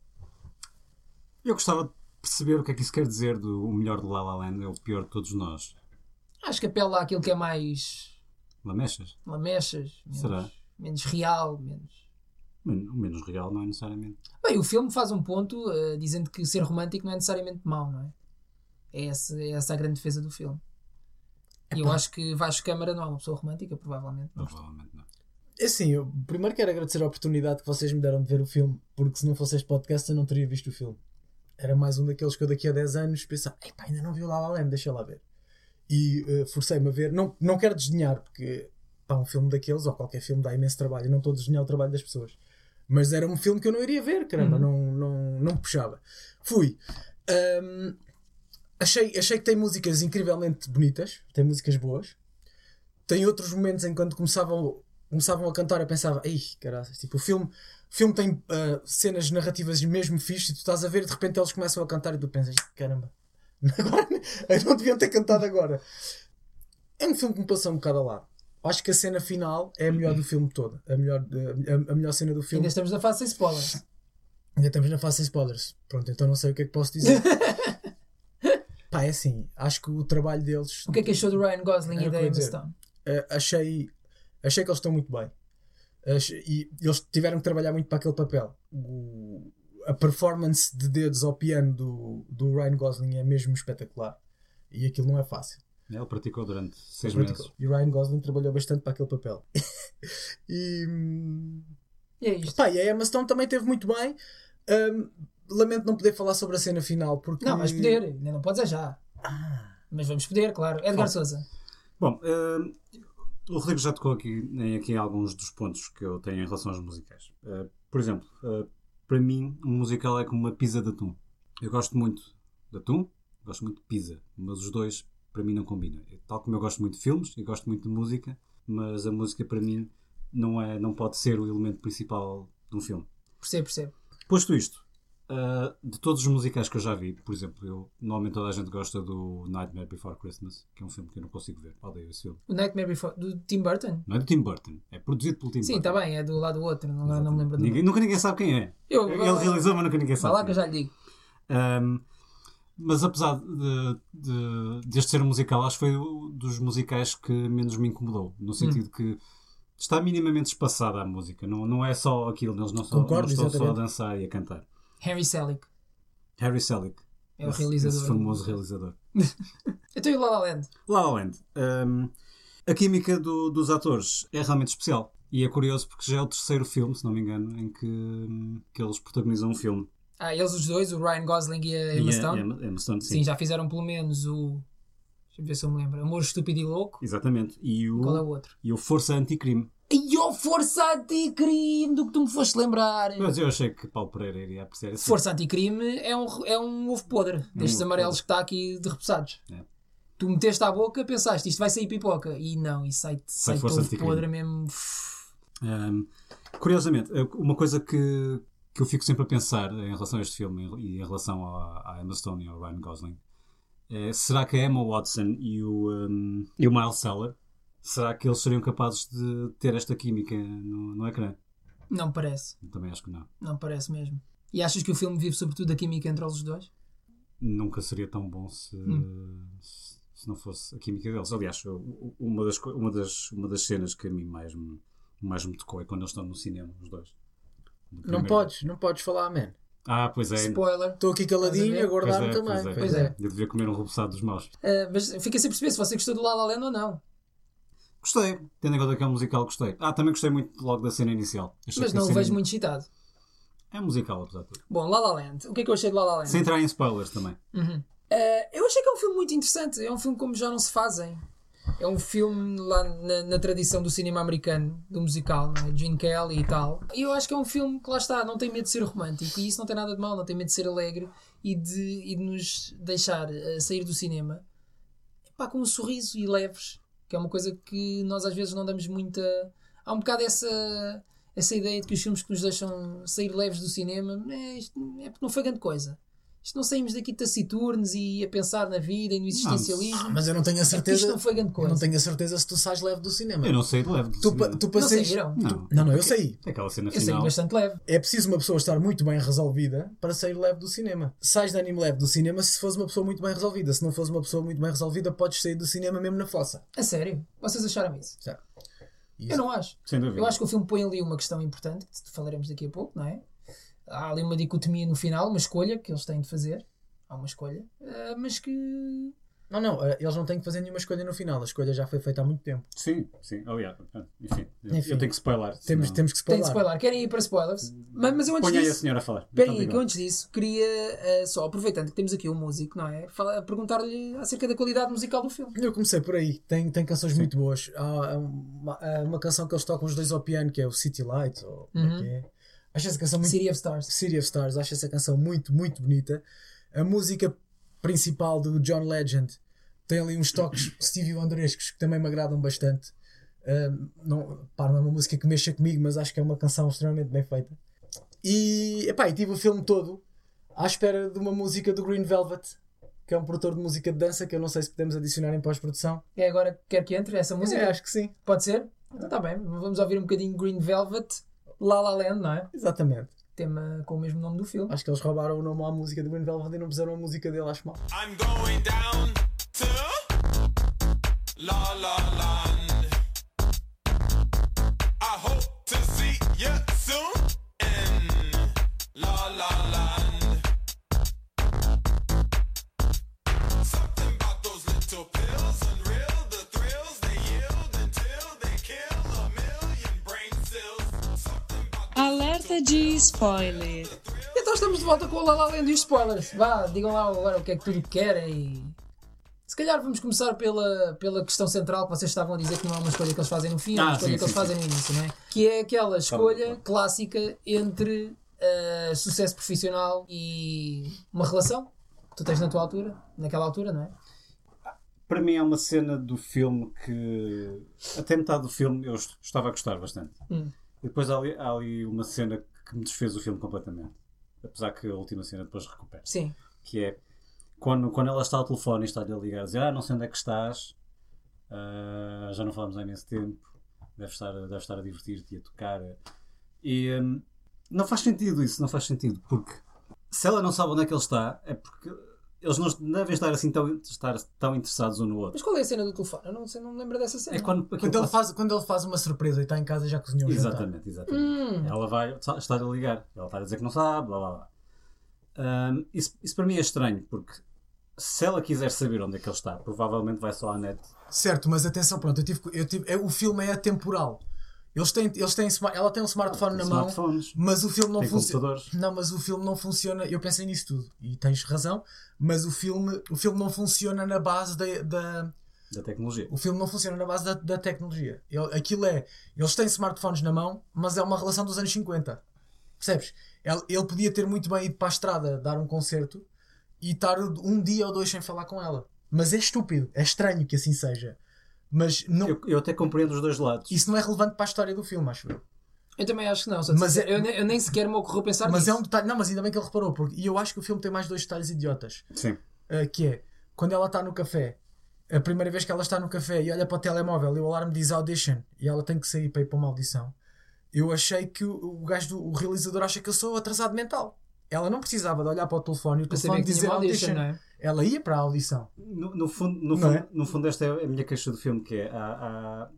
Eu gostava de perceber o que é que isso quer dizer do o melhor de La La Land é o pior de todos nós.
Acho que apela àquilo que é mais
Lamechas?
lamechas, menos,
Será?
menos real, menos.
Men- O menos real não é necessariamente.
Bem, o filme faz um ponto eh, dizendo que ser romântico não é necessariamente mau, não é? É essa, é essa a grande defesa do filme. E eu acho que Vasco Câmara não é uma pessoa romântica, provavelmente. Não.
Provavelmente não.
Assim, eu primeiro quero agradecer a oportunidade que vocês me deram de ver o filme, porque se não fosse este podcast eu não teria visto o filme. Era mais um daqueles que eu daqui a 10 anos pensava, epá, ainda não vi o La La Land, deixa lá ver. E eh, forcei-me a ver, não, não quero desdenhar, porque pá, um filme daqueles, ou qualquer filme dá imenso trabalho, eu não estou a desdenhar o trabalho das pessoas. Mas era um filme que eu não iria ver, caramba, não, não, não me puxava. Fui. Ahm, achei, achei que tem músicas incrivelmente bonitas, tem músicas boas. Tem outros momentos em quando começavam, começavam a cantar, eu pensava, ei, caraças, tipo, o filme, o filme tem ah, cenas narrativas mesmo fixe, e tu estás a ver e de repente eles começam a cantar e tu pensas, caramba, agora não deviam ter cantado agora. É um filme que me passou um bocado ao lado. Acho que a cena final é a melhor do filme todo. A melhor, a, a melhor cena do filme.
Ainda estamos na fase sem spoilers.
Ainda estamos na fase sem spoilers. Pronto, então não sei o que é que posso dizer. Pá, é assim, acho que o trabalho deles.
O que é que achou do Ryan Gosling
Era
e
o que
da
eu ia
Emma
dizer.
Stone?
eh, achei, achei que eles estão muito bem. Achei- e eles tiveram que trabalhar muito para aquele papel. O- a performance de dedos ao piano do, do Ryan Gosling é mesmo espetacular. E aquilo não é fácil.
Ele praticou durante 6
Praticou.
meses.
E o Ryan Gosling trabalhou bastante para aquele papel. e. hum,
E é isto.
Pá, e a Emma Stone também teve muito bem. Hum, lamento não poder falar sobre a cena final, porque.
Não, mas poder, ainda não podes é já.
Ah.
Mas vamos poder, claro. Edgar Sousa.
Bom, hum, o Rodrigo já tocou aqui em aqui em alguns dos pontos que eu tenho em relação aos musicais. Uh, por exemplo, uh, para mim, um musical é como uma pizza de atum. Eu gosto muito de atum, gosto muito de pizza, mas os dois para mim não combinam. Eu, Tal como eu gosto muito de filmes e gosto muito de música, mas a música para mim não, é, não pode ser o elemento principal de um filme.
Percebo, percebo.
Posto isto, ah, de todos os musicais que eu já vi, por exemplo, eu normalmente toda a gente gosta do Nightmare Before Christmas, que é um filme que eu não consigo ver. Odeio esse filme.
O Nightmare Before, do Tim Burton?
Não é do Tim Burton, é produzido pelo Tim
Sim,
Burton.
está bem, é do lado do outro, não, não me lembro do nome.
Ninguém- nunca ninguém sabe quem é.
Eu-
Ele realizou, mas nunca
Vai
ninguém sabe.
lá que eu
quem é.
já lhe digo.
Ahm, Mas apesar de, de, deste ser um musical, acho que foi o- dos musicais que menos me incomodou.
Hum.
No sentido que está minimamente espaçada a música. Não, não é só aquilo. Eles não, só, não
Concordo,
estão só a
exatamente.
dançar e a cantar.
Harry Selick
Harry Selick.
é o
esse-
realizador.
Esse famoso realizador.
Então e o La La Land?
La La Land. hum, a química do- dos atores é realmente especial. E é curioso porque já é o terceiro filme, se não me engano, em que, hum, que eles protagonizam um filme.
Ah, eles os dois, o Ryan Gosling e a
E
Emma
é-
Stone.
é Emma- Emma Stone,
sim. já fizeram pelo menos o. Deixa eu ver se eu me lembro. Amor Estúpido e Louco.
Exatamente. E o,
Qual é o outro?
e o Força Anticrime.
E oh, Força Anticrime, do que tu me foste lembrar.
Mas eu achei que Paulo Pereira iria apreciar esse
Força Anticrime é um, é um ovo podre, destes
ovo
amarelos
podre.
que está aqui de repousados.
É.
Tu meteste à boca, pensaste isto vai sair pipoca. E não, e sai, sai,
Força
todo
Anticrime.
podre mesmo. Uf.
Um, curiosamente, uma coisa que, que eu fico sempre a pensar em relação a este filme e em relação à, à Emma Stone e ao Ryan Gosling é, será que a Emma Watson e o, um, e o Miles Seller será que eles seriam capazes de ter esta química no, no ecrã?
Não parece,
Eu também acho que não.
não parece mesmo. E achas que o filme vive sobretudo da química entre eles dois?
Nunca seria tão bom se, se, se não fosse a química deles. Aliás, o- o- uma das, co- uma das, uma das cenas que a mim mais me, mais me tocou é quando eles estão no cinema, os dois. No
Não
primeiro.
podes, não podes falar, man.
Ah, pois é.
Spoiler.
Estou aqui caladinho
Estás a
a
ver?
guardar me também.
Pois é,
Pois é.
Eu devia comer um rebuçado dos maus.
Ah, mas fica sem perceber se você gostou do La La Land ou não.
Gostei, tendo em conta que é um musical, gostei. Ah, também gostei muito logo da cena inicial. Achei
mas
que a
não o
cena
vejo
in-
muito excitado.
É um musical, apesar de tudo.
Bom, La La Land. O que é que eu achei de La La Land?
Sem entrar em spoilers também.
Uhum. Eh, eu achei que é um filme muito interessante. É um filme como já não se fazem. É um filme lá na, na tradição do cinema americano, do musical, não é? Gene Kelly e tal. E eu acho que é um filme que lá está, não tem medo de ser romântico. E isso não tem nada de mal, não tem medo de ser alegre e de, e de nos deixar eh, sair do cinema pá, com um sorriso e leves. Que é uma coisa que nós às vezes não damos muita. Há um bocado essa, essa ideia de que os filmes que nos deixam sair leves do cinema eh, isto é porque não foi grande coisa. Isto não saímos daqui taciturnos e a pensar na vida e no existencialismo.
Ah, Mas eu não tenho a
é porque isto
certeza.
não foi grande
eu
coisa.
não tenho a certeza se tu sais leve do cinema.
Eu não sei de leve. do
Tu, pa-
cinema.
tu
Não
passeias.
saíram.
Não,
Não, não, eu saí.
é aquela cena
Eu saí
final.
bastante leve.
É preciso uma pessoa estar muito bem resolvida para sair leve do cinema. Sais de anime leve do cinema se fores uma pessoa muito bem resolvida. Se não fores uma pessoa muito bem resolvida, podes sair do cinema mesmo na fossa.
A sério. Vocês acharam isso?
Certo.
Eu não acho.
Sem dúvida.
Eu acho que o filme põe ali uma questão importante, que falaremos daqui a pouco, não é? Há ali uma dicotomia no final, uma escolha que eles têm de fazer. Há uma escolha. eh, mas que.
Não, não, eh, eles não têm que fazer nenhuma escolha no final. A escolha já foi feita há muito tempo.
Sim, sim. Aliás, enfim, eu-
Enfim.
Eu tenho que spoiler.
Temos,
senão-
temos que
Tem de
spoiler.
spoiler. Querem ir para spoilers? Mas, mas eu antes
Hum, Ponha aí a
disso.
senhora a falar.
Espera
Então,
aí, que
diga
eu
lá.
antes disso queria eh, só, aproveitando que temos aqui o músico, não é? Fala- Perguntar-lhe acerca da qualidade musical do filme.
Eu comecei por aí. Tem, tem canções muito boas. Há uma, há uma canção que eles tocam os dois ao piano, que é o City Light. Ou como é que é? Acho essa canção muito.
City of Stars.
City of Stars, acho essa canção muito, muito bonita. A música principal do John Legend tem ali uns toques Stevie Wonderescos que também me agradam bastante. Ahm, não, pá, não é uma música que mexa comigo, mas acho que é uma canção extremamente bem feita. E, epá, e tive o filme todo à espera de uma música do Green Velvet, que é um produtor de música de dança que eu não sei se podemos adicionar em pós-produção.
É agora que quer que entre essa música?
É, acho que sim,
Pode ser? Então está bem. Vamos ouvir um bocadinho Green Velvet, La La Land, não é?
exatamente.
Tema com o mesmo nome do filme.
Acho que eles roubaram o nome à música do Green Velvet e não puseram a música dele, acho mal.
I'm going down to La La Land. I hope to see you soon in La La Land. Something about those little pills unreal. The thrills they yield until they kill a million brain cells. Something about
Alerta de spoiler.
Então estamos de volta com o La La Land e os spoilers. Vá, digam lá agora o que é que tudo querem. e- Se calhar vamos começar pela, pela questão central que vocês estavam a dizer que não é uma escolha que eles fazem no fim, é uma
Ah,
escolha
sim,
que eles
sim,
fazem no início, não é? Que é aquela escolha clássica entre ah, sucesso profissional e uma relação que tu tens na tua altura, naquela altura, não é?
Para mim é uma cena do filme que até metade do filme eu est- estava a gostar bastante.
Hum.
E depois há ali, há ali uma cena que me desfez o filme completamente. Apesar que a última cena depois recupera.
Sim.
Que é quando, quando ela está ao telefone e está-lhe a ligar a dizer Ah, não sei onde é que estás, ah, já não falamos há imenso tempo, deve estar, deve estar a divertir-te e a tocar. E hum, não faz sentido isso, não faz sentido, porque se ela não sabe onde é que ele está, é porque ele eles não devem estar assim tão, estar tão interessados um no outro.
Mas qual é a cena do telefone? Eu não sei, não me lembro dessa cena.
É quando, aquilo
Quando ele,
passa-
faz, quando ele faz uma surpresa e está em casa já cozinhou o um jantar. Hum.
Exatamente, exatamente. Ela vai estar a ligar. Ela está a dizer que não sabe, blá blá blá. Ahm, isso, isso para mim é estranho, porque se ela quiser saber onde é que ele está, provavelmente vai só à net.
Certo, mas atenção, pronto, eu tive, eu tive, é- o filme é atemporal. Eles têm, eles têm, smar- ela tem um smartphone na mão,
Smartphones.
mas o filme não
Tem
funciona.
computadores.
Não, mas o filme não funciona. Eu pensei nisso tudo e tens razão, mas o filme, o filme não funciona na base da, da-
da tecnologia.
o filme não funciona na base da, da tecnologia. Ele- aquilo é, eles têm smartphones na mão, mas é uma relação dos anos 50. Percebes? Ele, ele podia ter muito bem ido para a estrada dar um concerto e estar um dia ou dois sem falar com ela. Mas é estúpido, é estranho que assim seja. Mas não,
Eu, eu até compreendo os dois lados.
isso não é relevante para a história do filme, acho eu.
Eu também acho que não. sou de
Mas
sincero.
é-
eu, ne- eu nem sequer me ocorreu pensar
Mas é
nisso.
um detalhe. Não, mas ainda bem que ele reparou, porque e eu acho que o filme tem mais dois detalhes idiotas.
Sim.
Ah, que é quando ela está no café, a primeira vez que ela está no café e olha para o telemóvel e o alarme diz audition e ela tem que sair para ir para uma audição. Eu achei que o, o gajo do o realizador acha que eu sou atrasado mental. Ela não precisava de olhar para o telefone e o
Para saber
telefone
que tinha
dizer
uma audition,
audition.
não é?
Ela ia para a audição.
No, no fundo, no,
Não
fundo,
é?
no fundo, esta é a minha queixa do filme, que é há, há-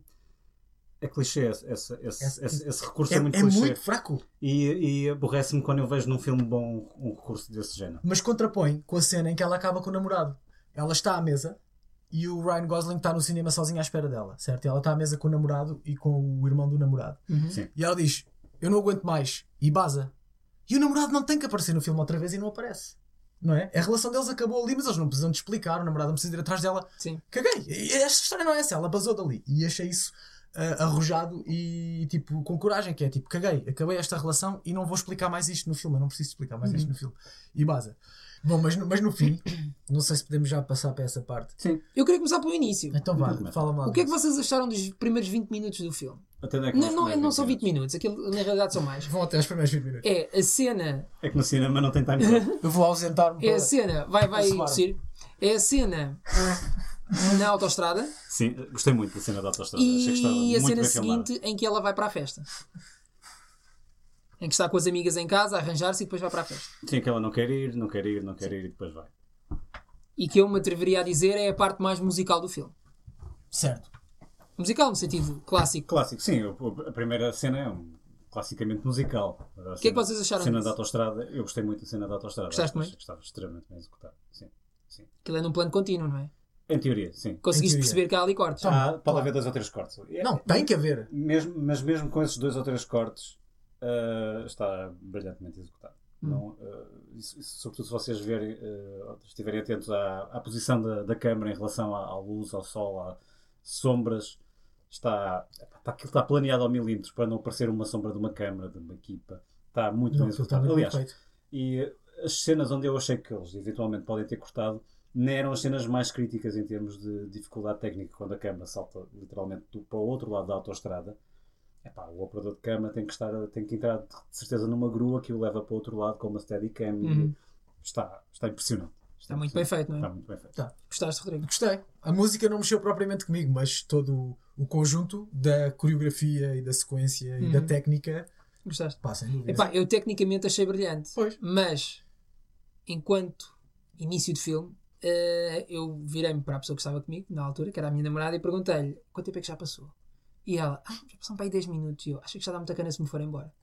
é clichê, esse, esse, esse,
Esse-
esse- esse recurso
É,
é, muito
é
clichê.
muito fraco.
E, e aborrece-me quando eu vejo num filme bom um recurso desse género.
mas contrapõe com a cena em que ela acaba com o namorado. Ela está à mesa e o Ryan Gosling está no cinema sozinho à espera dela, certo? E ela está à mesa com o namorado e com o irmão do namorado.
Sim.
E ela diz: Eu não aguento mais. E baza. E o namorado não tem que aparecer no filme outra vez e não aparece. Não é? A relação deles acabou ali, mas eles não precisam de explicar. O namorado não precisa ir atrás dela.
Sim.
Caguei. E Esta história não é essa. Ela basou dali. E achei isso ah, arrojado e tipo com coragem. Que é tipo, caguei. Acabei esta relação e não vou explicar mais isto no filme. Eu não preciso explicar mais
Uhum.
isto no filme. E baza. Bom, mas no, mas no fim, não sei se podemos já passar para essa parte.
Eu queria começar pelo início.
Então vá,
Não,
fala-me lá.
O que é que vocês acharam dos primeiros 20 minutos do filme?
Até onde é que
Não,
nós
não,
podemos
não são
dizer?
20 minutos, aquilo na realidade são mais.
Vão até aos primeiros 20 minutos.
É a cena
É que no cinema não tem time code.
Eu vou ausentar-me.
É
para-
a cena, vai, vai
Aproximar-me.
tossir. É a cena na autoestrada
Sim, gostei muito da cena da autostrada. Achei que estava
e a
muito
cena
bem filmada.
seguinte em que ela vai para a festa. Em que está com as amigas em casa a arranjar-se e depois vai para a festa.
Sim, que ela não quer ir, não quer ir, não quer ir e depois vai.
E que eu me atreveria a dizer é a parte mais musical do filme.
Certo.
Musical no sentido clássico.
Clássico, sim. o- o- A primeira cena é um classicamente musical. O
que é que vocês acharam
A cena
disso?
da autostrada, eu gostei muito da cena da autostrada.
Gostaste muito?
Achei que Estava extremamente bem executado. Sim.
Aquilo é num plano contínuo, não é?
Em Tá. teoria, sim.
Conseguiste
Em teoria.
perceber que há ali cortes.
Há, pode haver dois ou três cortes. É-
Não, tem que haver.
Mesmo, mas mesmo com esses dois ou três cortes, ah, está brilhantemente executado.
Hum.
Não, ah, isso- isso, sobretudo se vocês verem, ah, estiverem atentos à, à posição da, da câmara em relação à, à luz, ao sol, à sombras, está, está, aquilo está planeado ao milímetro para não aparecer uma sombra de uma câmara, de uma equipa. Está muito
Não,
bem
aquilo está
executado.
muito bem
Aliás,
feito.
e as cenas onde eu achei que eles eventualmente podem ter cortado nem eram as cenas mais críticas em termos de dificuldade técnica, quando a câmara salta literalmente do- para o outro lado da autoestrada. Epá, o operador de câmara tem que, estar, tem que entrar de certeza numa grua que o leva para o outro lado com uma steadicam. e
Uhum.
Está, está impressionante.
Está muito bem feito, não
Está
é?
muito bem feito.
Gostaste, Rodrigo?
Gostei. A música não mexeu propriamente comigo, mas todo o conjunto da coreografia e da sequência e
Uhum.
da técnica,
Gostaste?
pá, sem dúvida.
Epá, eu tecnicamente achei brilhante.
Pois.
Mas, enquanto início de filme, eh, eu virei-me para a pessoa que estava comigo, na altura, que era a minha namorada, e perguntei-lhe quanto tempo é que já passou. E ela, ah, já passaram para aí 10 minutos. E eu, acho que já dá muita cana se me for embora.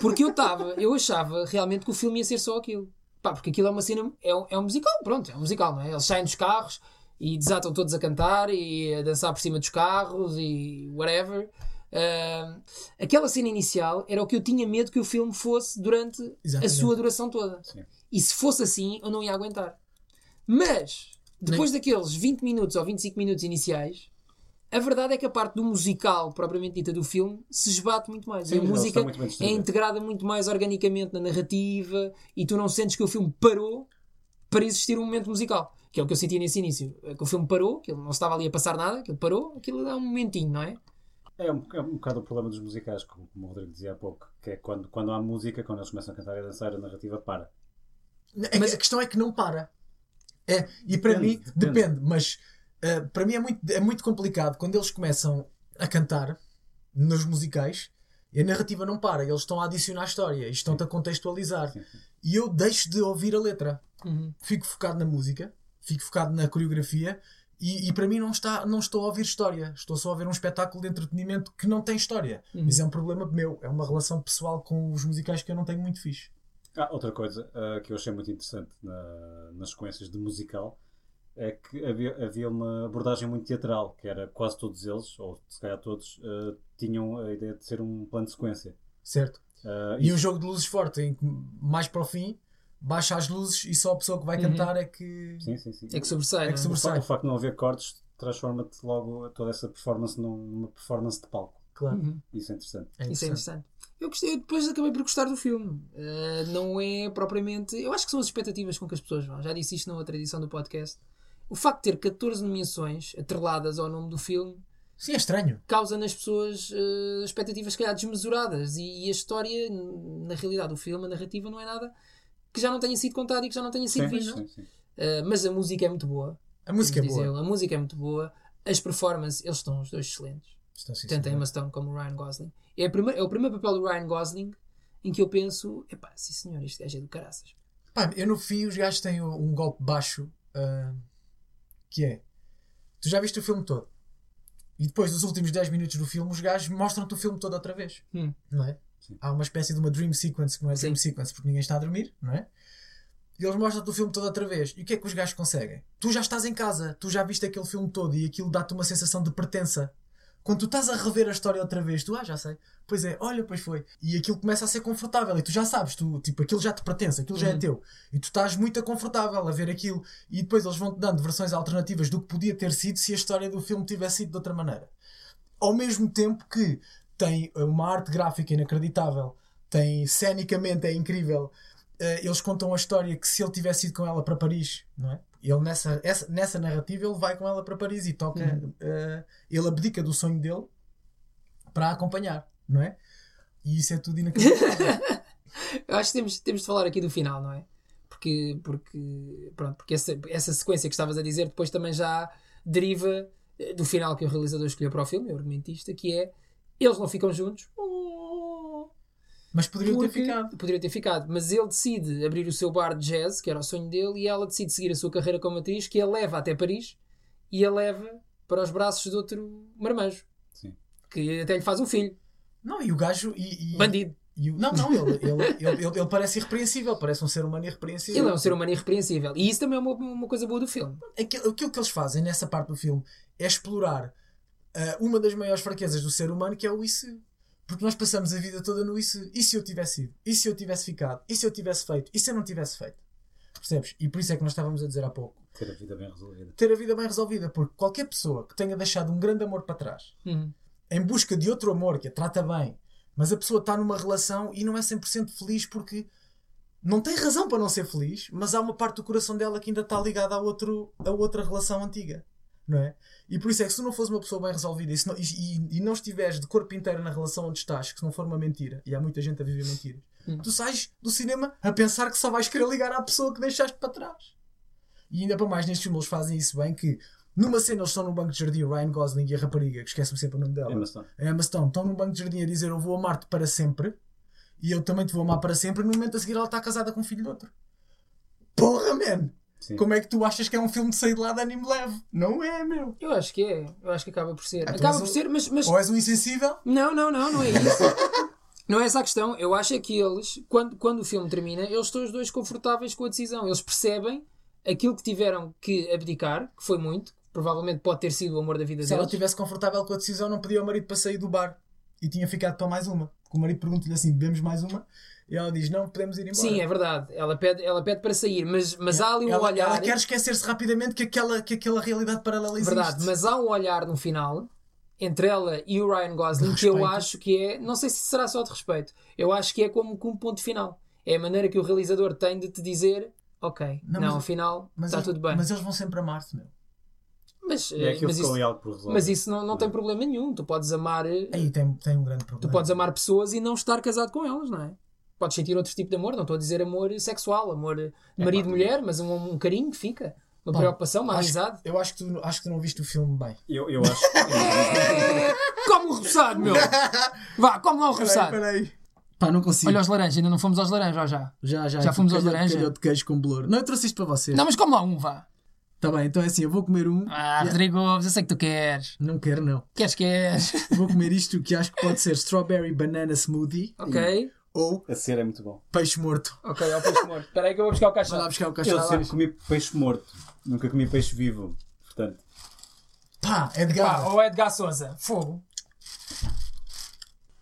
Porque eu estava, eu achava realmente que o filme ia ser só aquilo. Pá, porque aquilo é uma cena, é um, é um musical, pronto, é um musical, não é? Eles saem dos carros e desatam todos a cantar e a dançar por cima dos carros e whatever. Ah, aquela cena inicial era o que eu tinha medo que o filme fosse durante
Exatamente.
a sua duração toda.
Sim.
E se fosse assim, eu não ia aguentar. Mas, depois daqueles 20 minutos ou 25 minutos iniciais, a verdade é que a parte do musical, propriamente dita, do filme, se esbate muito mais.
Sim,
E a
eles
música
estão muito bem
é
distribuídos.
integrada muito mais organicamente na narrativa e tu não sentes que o filme parou para existir um momento musical. Que é o que eu senti nesse início. É Que o filme parou, que ele não estava ali a passar nada, que ele parou, aquilo dá um momentinho, não é?
É um, é um bocado o problema dos musicais, como, como o Rodrigo dizia há pouco, que é quando, quando há música, quando eles começam a cantar e a dançar, a narrativa para.
É que-
Mas-
A questão é que não para. É, e para
Depende,
mim, depende,
depende.
mas ah, para mim é muito, é muito complicado quando eles começam a cantar nos musicais e a narrativa não para, eles estão a adicionar história e estão-te a contextualizar.
Sim,
E eu deixo de ouvir a letra.
Uhum.
fico focado na música, fico focado na coreografia e, e para mim não, está, não estou a ouvir história, estou só a ver um espetáculo de entretenimento que não tem história.
Uhum.
Mas é um problema meu, é uma relação pessoal com os musicais que eu não tenho muito fixe.
Ah, outra coisa ah, que eu achei muito interessante na- nas sequências de musical é que havia, havia uma abordagem muito teatral, que era quase todos eles, ou se calhar todos, ah, tinham a ideia de ser um plano de sequência.
Certo?
Ah,
E um jogo de luzes forte, em que mais para o fim baixa as luzes e só a pessoa que vai
Uhum.
cantar é que.
Sim, sim, sim.
É que sobressai.
É
não é?
que
o,
sobressai.
fa- o facto de não haver cortes transforma-te logo toda essa performance num- numa performance de palco.
Claro.
Uhum.
Isso é interessante.
É
Isso é
interessante.
interessante. Eu, gostei, eu depois acabei por gostar do filme. Uh, não é propriamente. Eu acho que são as expectativas com que as pessoas vão. Já disse isto na outra edição do podcast. O facto de ter 14 nomeações atreladas ao nome do filme
Sim, é estranho.
causa nas pessoas eh, expectativas, se calhar, desmesuradas. E, e a história, n- na realidade, o filme, a narrativa, não é nada que já não tenha sido contado e que já não tenha sido
sim,
visto.
sim, sim.
Eh, mas a música é muito boa.
A música é
devo
boa.
dizer. A música é muito boa. As performances, eles estão os dois excelentes.
Estão, sim,
Tanto a
senhora.
Emma Stone como o Ryan Gosling. É, a primeira- é o primeiro papel do Ryan Gosling em que eu penso: epá, sim senhor, este gajo é do caraças.
Pá, eu no fim os gajos têm um golpe baixo ah, que é tu já viste o filme todo e depois dos últimos 10 minutos do filme os gajos mostram-te o filme todo outra vez
Hum.
não é?
Sim.
Há uma espécie de uma dream sequence que não é dream sequence porque ninguém está a dormir, não é? E eles mostram-te o filme todo outra vez e o que é que os gajos conseguem? Tu já estás em casa, tu já viste aquele filme todo e aquilo dá-te uma sensação de pertença quando tu estás a rever a história outra vez, tu, ah, já sei, pois é, olha, pois foi. E aquilo começa a ser confortável e tu já sabes, tu, tipo, aquilo já te pertence, aquilo já é
Uhum.
teu. E tu estás muito confortável a ver aquilo. E depois eles vão-te dando versões alternativas do que podia ter sido se a história do filme tivesse sido de outra maneira. Ao mesmo tempo que tem uma arte gráfica inacreditável, tem cenicamente é incrível. Eh, eles contam a história que se ele tivesse ido com ela para Paris, não é? Ele nessa, essa- nessa narrativa ele vai com ela para Paris e toca eh, ele abdica do sonho dele para a acompanhar, não é? E isso é tudo inacreditável.
Eu acho que temos, temos de falar aqui do final, não é? Porque, porque, pronto, porque essa, essa sequência que estavas a dizer depois também já deriva eh, do final que o realizador escolheu para o filme, o argumentista, que é eles não ficam juntos. Oh,
Mas poderiam ter
porque-
ficado.
Poderiam ter ficado. Mas ele decide abrir o seu bar de jazz, que era o sonho dele, e ela decide seguir a sua carreira como atriz, que a leva até Paris e a leva para os braços de outro marmanjo.
Sim.
Que até lhe faz um filho.
Não, e o gajo. E, e-
Bandido.
e o- não, não, ele, ele, ele, ele- ele parece irrepreensível, parece um ser humano irrepreensível.
Ele é um ser humano irrepreensível. E isso também é uma, uma coisa boa do filme.
Aquilo, aquilo que eles fazem nessa parte do filme é explorar ah, uma das maiores fraquezas do ser humano, que é o e se. Porque nós passamos a vida toda no e se. E se eu tivesse ido? E se eu tivesse ficado? E se eu tivesse feito? E se eu não tivesse feito? Percebes? E por isso é que nós estávamos a dizer há pouco.
Ter a vida bem resolvida.
ter a vida bem resolvida, porque qualquer pessoa que tenha deixado um grande amor para trás,
Uhum.
em busca de outro amor que a trata bem, mas a pessoa está numa relação e não é 100% feliz porque não tem razão para não ser feliz, mas há uma parte do coração dela que ainda está ligada a, outro, a outra relação antiga, não é? E por isso é que se tu não fores uma pessoa bem resolvida e, se não, e, e- e não estiveres de corpo inteiro na relação onde estás, que se não for uma mentira, e há muita gente a viver mentiras,
Hum.
tu sais do cinema a pensar que só vais querer ligar à pessoa que deixaste para trás. E ainda para mais, nestes filmes eles fazem isso bem que numa cena eles estão no banco de jardim, o Ryan Gosling e a rapariga, que esquece-me sempre o nome
Tá
dela,
É, mas, não.
a Emma Stone estão num banco de jardim a dizer eu vou amar-te para sempre e eu também te vou amar para sempre. No momento a seguir, ela está casada com um filho de outro. Porra, man!
Sim.
Como é que tu achas que é um filme de sair de lá de anime leve? Não é, meu!
Eu acho que é. Eu acho que acaba por ser.
Ah, tu
acaba
és
por
um-
ser, mas. mas...
Ou és um insensível?
Não, não, não, não é isso. Não é essa a questão. Eu acho é que eles, quando, quando o filme termina, eles estão os dois confortáveis com a decisão. Eles percebem aquilo que tiveram que abdicar, que foi muito, que provavelmente pode ter sido o amor da vida
Se ela
deles.
estivesse confortável com a decisão, não pedia ao marido para sair do bar e tinha ficado para mais uma. Porque o marido pergunta-lhe assim: bebemos mais uma? E ela diz: não, podemos ir embora.
Sim, é verdade. Ela pede, ela pede para sair, mas, mas há ali um
ela,
olhar.
ela quer esquecer-se rapidamente que aquela, que aquela realidade paralela existe.
Verdade, mas há um olhar no final entre ela e o Ryan Gosling
De
que eu
respeito.
acho que é, não sei se será só de respeito, eu acho que é como que um ponto final. É a maneira que o realizador tem de te dizer, ok, não,
Não, mas-
afinal
Mas
está
eles-
tá tudo bem. Mas,
Mas eles vão sempre amar-se, meu.
é
eh,
aquilo
mas
que o
isso,
leal por resolver.
mas isso não, não tem problema nenhum. Tu podes amar, eh,
Aí tem, tem um grande
tu
problema.
podes amar pessoas e não estar casado com elas, não é? Podes sentir outro tipo de amor, não estou a dizer amor sexual, amor marido-mulher, mas um, um carinho que fica, uma
Bom,
preocupação, uma
Acho-
amizade.
Eu acho que, tu, acho que tu não viste o filme bem.
Eu, eu acho que.
Come o rebuçado, meu! um Vá, come lá o rebuçado!
peraí.
Pá, não consigo.
Olha aos laranjas, ainda não fomos aos laranjas ó, já.
já, já,
já fomos aos
calhou-
laranja?
calhou de queijo com bolor. Não, eu trouxe isto para vocês.
Não, mas como lá um, vá.
Tá bem, então é assim, eu vou comer um.
Ah,
e-
Rodrigo, eu sei que tu queres.
Não quero, não.
Queres, queres.
Vou comer isto que acho que pode ser strawberry banana smoothie
ok,
ou
A cera é muito bom.
peixe morto.
ok, ó peixe morto. Espera aí que eu vou buscar o
Vai lá
caixa.
buscar o
Eu
cachorro.
sempre comi peixe morto, nunca comi peixe vivo. Portanto,
Pá, é de
Pá,
garra.
ou Edgar Souza, fogo.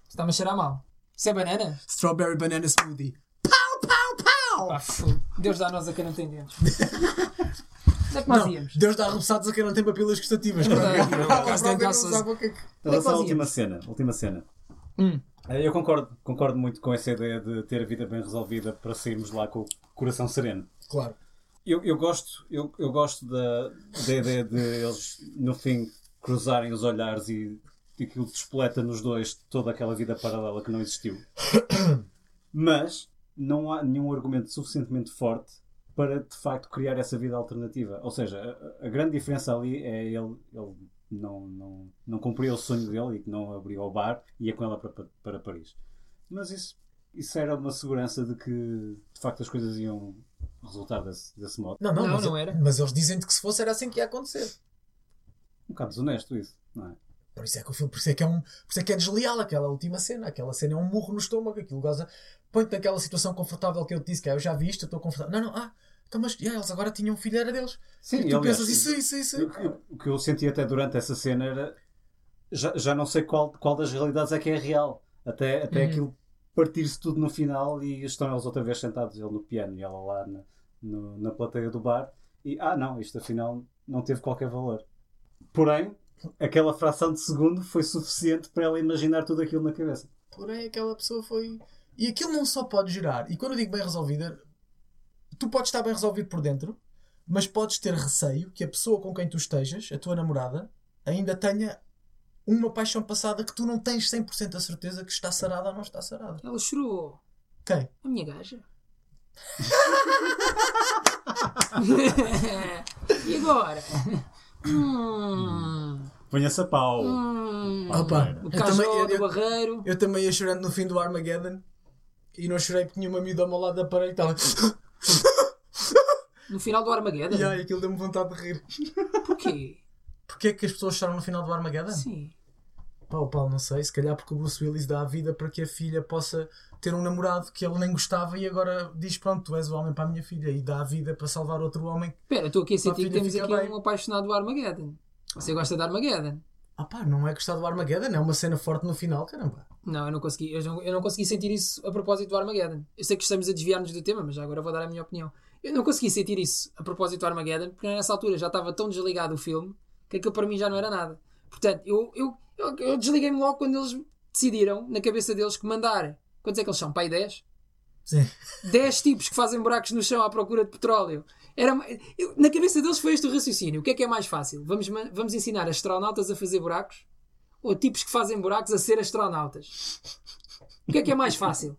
Está-me a cheirar mal. Isso é banana?
Strawberry banana smoothie.
Pá, fogo. Deus dá a nós a quem não tem dentes. Onde é que nós
Não,
íamos?
Deus dá repousados a quem não tem papilas gustativas. não é?
verdade, não, por acaso
Alguém
tem
não
caças.
sabe o que é que-
em relação à
nós
última cena, última cena.
Hum.
Eh, Eu concordo, concordo muito com essa ideia de ter a vida bem resolvida para sairmos lá com o coração sereno.
Claro.
Eu, eu gosto, eu, eu gosto da, da ideia de eles, no fim, cruzarem os olhares e e aquilo despoleta nos dois toda aquela vida paralela que não existiu. Mas não há nenhum argumento suficientemente forte para, de facto, criar essa vida alternativa. Ou seja, a, a grande diferença ali é ele, ele não, não, não cumpriu o sonho dele e que não abriu o bar e ia com ela para, para Paris. Mas isso, isso era uma segurança de que, de facto, as coisas iam resultar desse, desse modo.
Não, não,
Não,
mas,
não era.
mas eles dizem que se fosse era assim que ia acontecer.
Um bocado desonesto isso, não é?
Por isso é que o filme, por isso é que é um, por isso é que é desleal aquela última cena. Aquela cena é um murro no estômago, aquilo goza. Põe-te naquela situação confortável que eu te disse, que ah, eu já vi isto, eu estou confortável. Não, não, ah, então, mas yeah, eles agora tinham um filho, era deles.
Sim,
e tu
aliás,
pensas isso, é isso, isso.
Eu- eu- o que eu senti até durante essa cena era já, já não sei qual, qual das realidades é que é real. Até, até
Uhum.
aquilo partir-se tudo no final e estão eles outra vez sentados, ele no piano e ela lá na, no- na plateia do bar. E ah, não, isto afinal não teve qualquer valor. Porém, aquela fração de segundo foi suficiente para ela imaginar tudo aquilo na cabeça.
Porém, aquela pessoa foi. E aquilo não só pode gerar. E quando eu digo bem resolvida, tu podes estar bem resolvido por dentro, mas podes ter receio que a pessoa com quem tu estejas, a tua namorada, ainda tenha uma paixão passada que tu não tens 100% a certeza que está sarada ou não está sarada.
Ela chorou.
Quem?
A minha gaja. e agora? Hum,
Põe-se a pau.
hum.
Opa,
é?
o
eu
cajó
também- eu-
do
eu-
barreiro.
Eu também ia chorando no fim do Armageddon e não chorei porque tinha uma miúda ao meu lado da parede e estava.
No final do Armageddon.
e ai, aquilo deu-me vontade de rir.
Porquê?
Porquê é que as pessoas choram no final do
Ah.
Armageddon?
Sim.
Pau, pau, não sei. Se calhar porque o Bruce Willis dá a vida para que a filha possa ter um namorado que ele nem gostava e agora diz: Pronto, tu és o homem para a minha filha e dá a vida para salvar outro homem.
Espera, estou aqui a sentir
filha
que temos
fica
aqui
bem.
um apaixonado do Armageddon. Você gosta de Armageddon?
Ah, pá, não é gostar do Armageddon, é uma cena forte no final, caramba.
Não, eu não consegui, eu não, eu não consegui sentir isso a propósito do Armageddon. Eu sei que estamos a desviar-nos do tema, mas já agora vou dar a minha opinião. Eu não consegui sentir isso a propósito do Armageddon, porque nessa altura já estava tão desligado o filme que aquilo para mim já não era nada. Portanto, eu, eu, eu, eu desliguei-me logo quando eles decidiram, na cabeça deles, que mandar. Quantos é que eles são? Pai 10?
Sim.
10 tipos que fazem buracos no chão à procura de petróleo. Era, ma- eu- na cabeça deles foi este o raciocínio. O que é que é mais fácil? Vamos, ma- vamos ensinar astronautas a fazer buracos ou tipos que fazem buracos a ser astronautas? O que é que é mais fácil?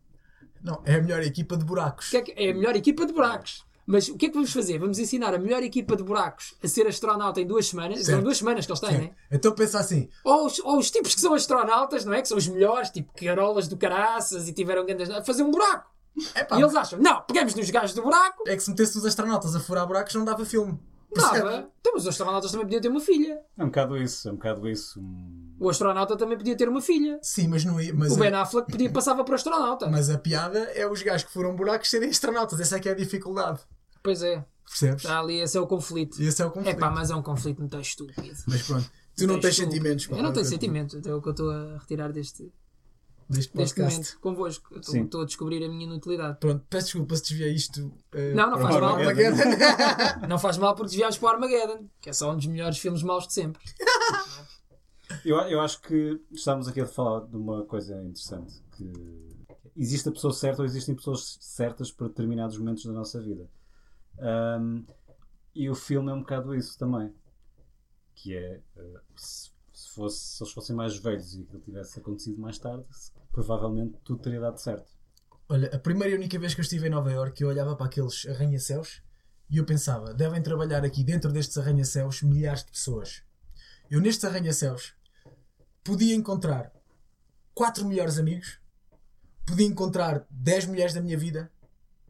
Não, é a melhor equipa de buracos.
O que é, que- é a melhor equipa de buracos. Mas o que é que vamos fazer? Vamos ensinar a melhor equipa de buracos a ser astronauta em duas semanas? São
Certo.
duas semanas que eles têm,
Sim.
né?
Então pensa assim:
Ou os, ou os tipos que são astronautas, não é? Que são os melhores, tipo carolas do caraças e tiveram grandes. a fazer um buraco.
Epá,
e eles acham, não, pegamos nos gajos do buraco,
é que se metesse os astronautas a furar buracos não dava filme. Percebes?
dava. Então, mas os astronautas também podiam ter uma filha.
É um bocado isso, é um bocado isso. Hum,
O astronauta também podia ter uma filha.
Sim, mas não ia. Mas
o
a-
Ben Affleck podia, passava para astronauta.
Mas a piada é os gajos que foram buracos serem astronautas. Essa é que é a dificuldade.
Pois é,
Percebes?
está ali, esse é o conflito.
Esse é o
É
conflito.
pá, mas é um conflito muito estúpido.
Mas pronto, tu não
É
tens
estúpido.
sentimentos. pá.
Eu não tenho
Eu-
sentimentos, é o que eu estou a retirar deste, deste
Deste podcast.
momento convosco. Eu estou-
Sim.
Estou a descobrir a minha inutilidade.
Pronto, peço desculpa se desviei isto. eh,
Não, não
para
faz
o
mal.
Armageddon.
Não faz mal porque desviámos para o Armageddon, que é só um dos melhores filmes maus de sempre.
Eu, eu acho que estamos aqui a falar de uma coisa interessante que existe a pessoa certa ou existem pessoas certas para determinados momentos da nossa vida Ahm, e o filme é um bocado isso também que é eh, se, se fosse, se eles fossem mais velhos e aquilo tivesse acontecido mais tarde se- provavelmente tudo teria dado certo
Olha, a primeira e única vez que eu estive em Nova Iorque, eu olhava para aqueles arranha-céus e eu pensava, devem trabalhar aqui dentro destes arranha-céus milhares de pessoas. Eu nestes arranha-céus podia encontrar quatro melhores amigos, podia encontrar 10 mulheres da minha vida.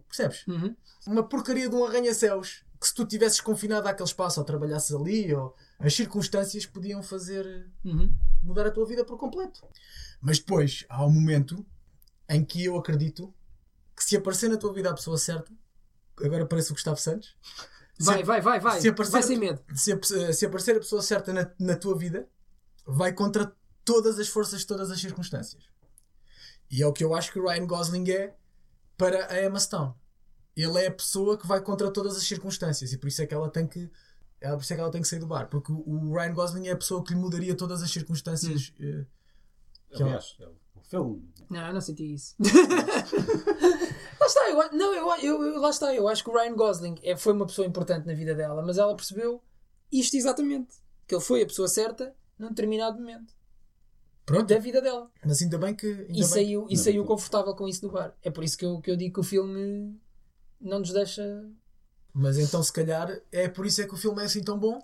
Percebes?
Uhum.
Uma porcaria de um arranha-céus que se tu tivesses confinado àquele espaço ou trabalhasses ali ou as circunstâncias podiam fazer
Uhum.
mudar a tua vida por completo. Mas depois há um momento em que eu acredito que se aparecer na tua vida a pessoa certa, agora parece o Gustavo Santos,
Vai, vai, vai, vai.
se aparecer-
Vai sem medo.
se, ap- se aparecer a pessoa certa na, na tua vida, vai contra todas as forças, todas as circunstâncias. E é o que eu acho que o Ryan Gosling é para a Emma Stone. Ele é a pessoa que vai contra todas as circunstâncias e por isso é que ela tem que ela, por isso é que ela tem que sair do bar, porque o- o Ryan Gosling é a pessoa que lhe mudaria todas as circunstâncias. eh, que ela-
Aliás, é o filme.
Não, eu não senti isso. lá está, eu, a- não, eu, a- eu, eu- lá está, eu acho que o Ryan Gosling é, foi uma pessoa importante na vida dela, mas ela percebeu isto exatamente. Que ele foi a pessoa certa num determinado momento
Pronto,
da vida dela.
mas ainda bem que. Ainda
E
bem que-
saiu, e saiu confortável com isso do bar. É por isso que eu, que eu digo que o filme não nos deixa.
Mas então, se calhar, é por isso é que o filme é assim tão bom,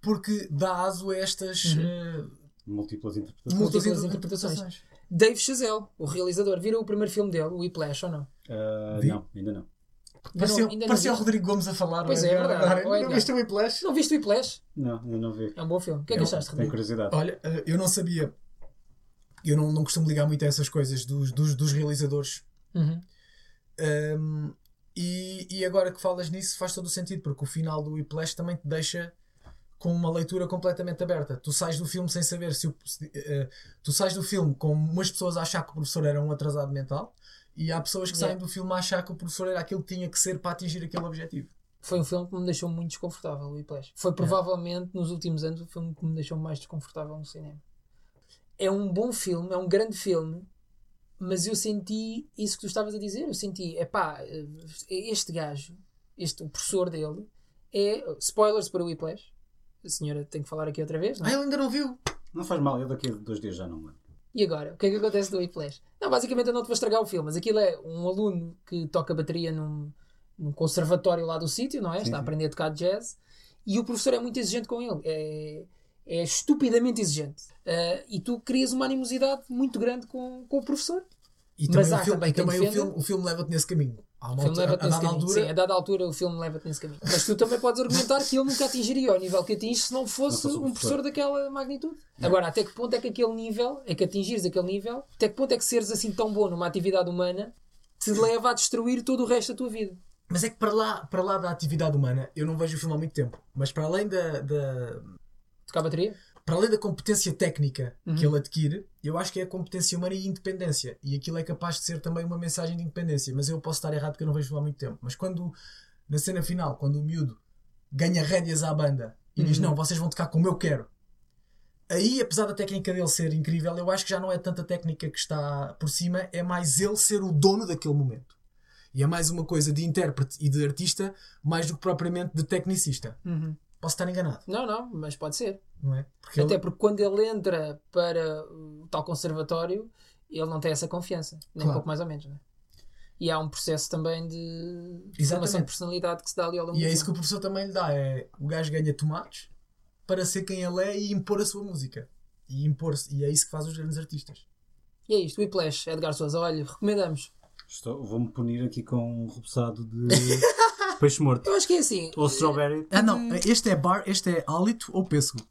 porque dá aso a estas eh,
Múltiplas interpretações.
múltiplas
Múltiplas
interpretações.
interpretações. Dave Chazelle, o realizador, viram o primeiro filme dele, o Whiplash ou não?
Ah,
Vi?
não, ainda
Ainda
não.
não-
Parecia,
ainda não
parecia o
vi.
Rodrigo Gomes a falar.
Pois
não
é, é verdade.
Agora,
Olha.
não viste o Whiplash?
Não viste o Whiplash?
Não, ainda não vi.
É um bom filme. O que é que
Eu-
achaste,
Tenho
Rodrigo?
curiosidade.
Olha, eh, eu não sabia. Eu não, não costumo ligar muito a essas coisas dos, dos, dos realizadores.
Uhum.
Ahm, e, e agora que falas nisso, faz todo o sentido, porque o final do Whiplash também te deixa com uma leitura completamente aberta. Tu sais do filme sem saber se, o, se, eh, tu sais do filme com umas pessoas a achar que o professor era um atrasado mental e há pessoas que
Yeah.
saem do filme a achar que o professor era aquilo que tinha que ser para atingir aquele objetivo.
Foi um filme que me deixou muito desconfortável, o Whiplash. Foi provavelmente, nos últimos anos, o filme que me deixou mais desconfortável no cinema. É um bom filme, é um grande filme, mas eu senti isso que tu estavas a dizer. Eu senti, epá, eh, este gajo, este, o professor dele, é... Spoilers para o Whiplash. A senhora tem que falar aqui outra vez, não é?
Ah, ele ainda não viu!
Não faz mal, eu daqui a dois dias já não lembro.
E agora? O que é que acontece no Whiplash? Não, basicamente eu não te vou estragar o filme, mas aquilo é um aluno que toca bateria num, num conservatório lá do sítio, não é? Está a aprender a tocar jazz e o professor é muito exigente com ele. É, é estupidamente exigente. Ah, e tu crias uma animosidade muito grande com, com o professor.
E
Mas
também, o
há
filme,
também
e
quem
também o,
defenda-
filme, o filme leva-te nesse caminho. Há
O
uma
filme
altura, a
leva-te nesse
dada
caminho.
altura,
Sim, é. a dada altura o filme leva-te nesse caminho. Mas tu também podes argumentar que ele nunca atingiria o nível que atinge se não fosse
Não fosse o
um professor
professor.
daquela magnitude. Agora, até que ponto é que aquele nível, é que atingires aquele nível, até que ponto é que seres assim tão bom numa atividade humana te leva a destruir todo o resto da tua vida?
Mas é que para lá, para lá da atividade humana, eu não vejo o filme há muito tempo. Mas para além da, da-
Tocar bateria?
para além da competência técnica que ele adquire, eu acho que é a competência humana e independência. E aquilo é capaz de ser também uma mensagem de independência. Mas eu posso estar errado porque eu não vejo o filme há muito tempo. Mas quando, na cena final, quando o miúdo ganha rédeas à banda e diz: Não, vocês vão tocar como eu quero. Aí, apesar da técnica dele ser incrível, eu acho que já não é tanta técnica que está por cima, é mais ele ser o dono daquele momento. E é mais uma coisa de intérprete e de artista, mais do que propriamente de tecnicista. Posso estar enganado,
Não, não, mas pode ser.
não é? Porque
até
Uhum. ele-
porque quando ele entra para o tal conservatório, ele não tem essa confiança. Nem
Claro.
pouco mais ou menos, né? E há um processo também de formação de
Exatamente.
personalidade que se dá ali ao longo
E
do
é isso que
filme.
o professor também lhe dá: é o gajo ganha tomates para ser quem ele é e impor a sua música. E impor-se. E é isso que faz os grandes artistas.
E é isto, Whiplash, Edgar Souza, olha, recomendamos.
Estou- Vou-me punir aqui com um repousado de peixe morto.
Eu acho que é assim.
Ou strawberry.
Ah, não, este é bar, este é hálito ou pêssego?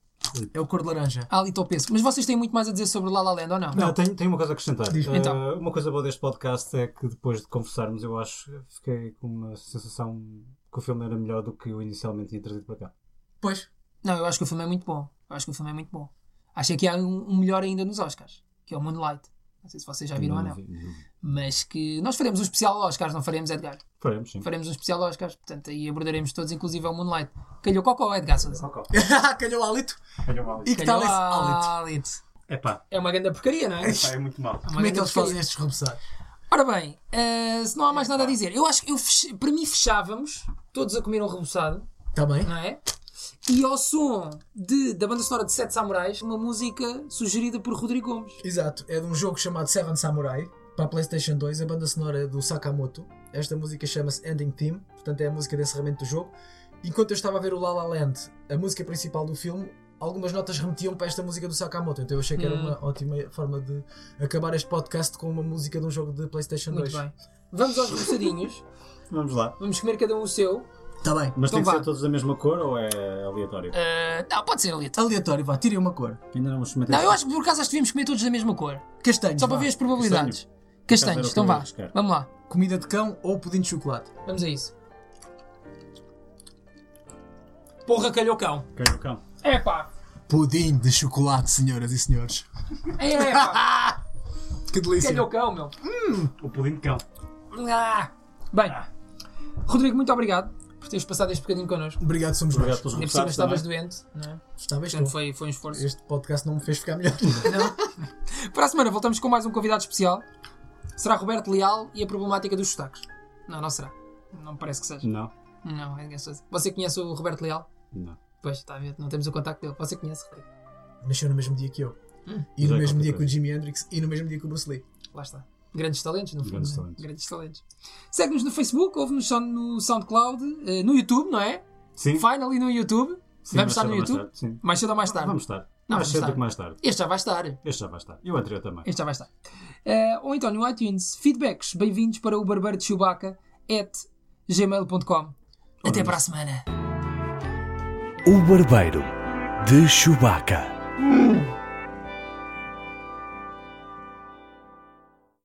É o cor de laranja.
Há ali teu peso. Mas vocês têm muito mais a dizer sobre La La Land ou não?
Não, tenho, tenho uma coisa a acrescentar.
Diz-me.
Eh,
Então.
uma coisa boa deste podcast é que depois de conversarmos, eu acho fiquei com uma sensação que o filme era melhor do que eu inicialmente tinha trazido para cá.
Pois.
Não, eu acho que o filme é muito bom. Eu acho que o filme é muito bom. Acho que há um, um melhor ainda nos Oscars, que é o Moonlight. Não sei se vocês já viram ou não.
vi- vi.
Mas que nós faremos um especial Oscars, não faremos, Edgar?
Faremos, sim.
Faremos um especial Oscars, portanto, aí abordaremos todos, inclusive o Moonlight. Calhou Cocó, Edgar Souza.
Calhou hálito.
Olha mal.
E que tal
Calhou
esse hálito?
a Alit.
Epá,
É uma grande porcaria, não é?
pá, é muito mal.
Como é que
grande
eles fazem estes rebuçados?
Ora bem, eh, se não há mais nada a dizer, eu acho que eu fech- para mim fechávamos, todos a comer um rebuçado.
Está Tá bem?
não é? E ao som de, da banda sonora de Sete Samurais, uma música sugerida por Rodrigo Gomes.
Exato, é de um jogo chamado Seven Samurai para a PlayStation 2, a banda sonora é do Sakamoto. Esta música chama-se Ending Theme, portanto é a música de encerramento do jogo. Enquanto eu estava a ver o La La Land, a música principal do filme, algumas notas remetiam para esta música do Sakamoto, então eu achei que era
Hum.
uma ótima forma de acabar este podcast com uma música de um jogo de PlayStation
Muito
2.
bem. Vamos aos roçadinhos.
Vamos lá.
Vamos comer cada um o seu.
Tá
Está bem.
Mas
Então
tem que
vá.
ser todos da mesma cor ou é aleatório?
Ah, não, pode ser aleatório.
Aleatório, vá, tirem uma cor.
Ainda não experimentei.
Não, eu acho que por acaso acho que devíamos comer todos da mesma cor.
Castanhos.
Só para
vá.
ver as probabilidades. Castanhos,
Castanho.
então vá.
Castanho.
Vamos lá.
Comida de cão ou pudim de chocolate?
Vamos a isso. Porra, calhou cão.
Quero o cão.
É pá.
Pudim de chocolate, senhoras e senhores.
É pá.
Que delícia.
calhou cão, meu.
Hum, O pudim de cão.
Ah. Bem, Rodrigo, muito obrigado por teres passado este bocadinho connosco.
Obrigado, somos
Obrigado
nós.
pelos
Ainda por cima
repousados
estavas
também.
doente, não é?
Estava
Portanto,
isto.
foi, foi um esforço.
Este podcast não me fez ficar melhor.
Para a semana voltamos com mais um convidado especial. Será Roberto Leal e a problemática dos sotaques. Não, não será. Não me parece que seja.
Não,
Não, é engraçado. Você conhece o Roberto Leal?
não.
Pois, está a ver, não temos o contacto dele. Você conhece, Rodrigo.
Nasceu no mesmo dia que eu. E
Mas
no
é
mesmo dia
complicado.
que o Jimi Hendrix e no mesmo dia que o Bruce Lee.
Lá está. Grandes talentos, no fundo.
Grandes
não é?
talentos.
Grandes talentos. Segue-nos no Facebook, ouve-nos só no SoundCloud, eh, no YouTube, não é?
Sim.
Finally no YouTube.
Sim,
Vamos
mais
estar
cedo
no
ou mais
YouTube?
tarde, Sim.
Mais cedo ou mais tarde?
Vamos estar.
Não,
mais
vamos
cedo do
estar.
que mais tarde.
Este já vai estar.
Este já vai estar. E o anterior também.
Este já vai estar. Eh, ou então no iTunes, feedbacks, bem-vindos para o barbeiro de Chewbacca at gmail.com. Até para a semana.
O Barbeiro de Chewbacca.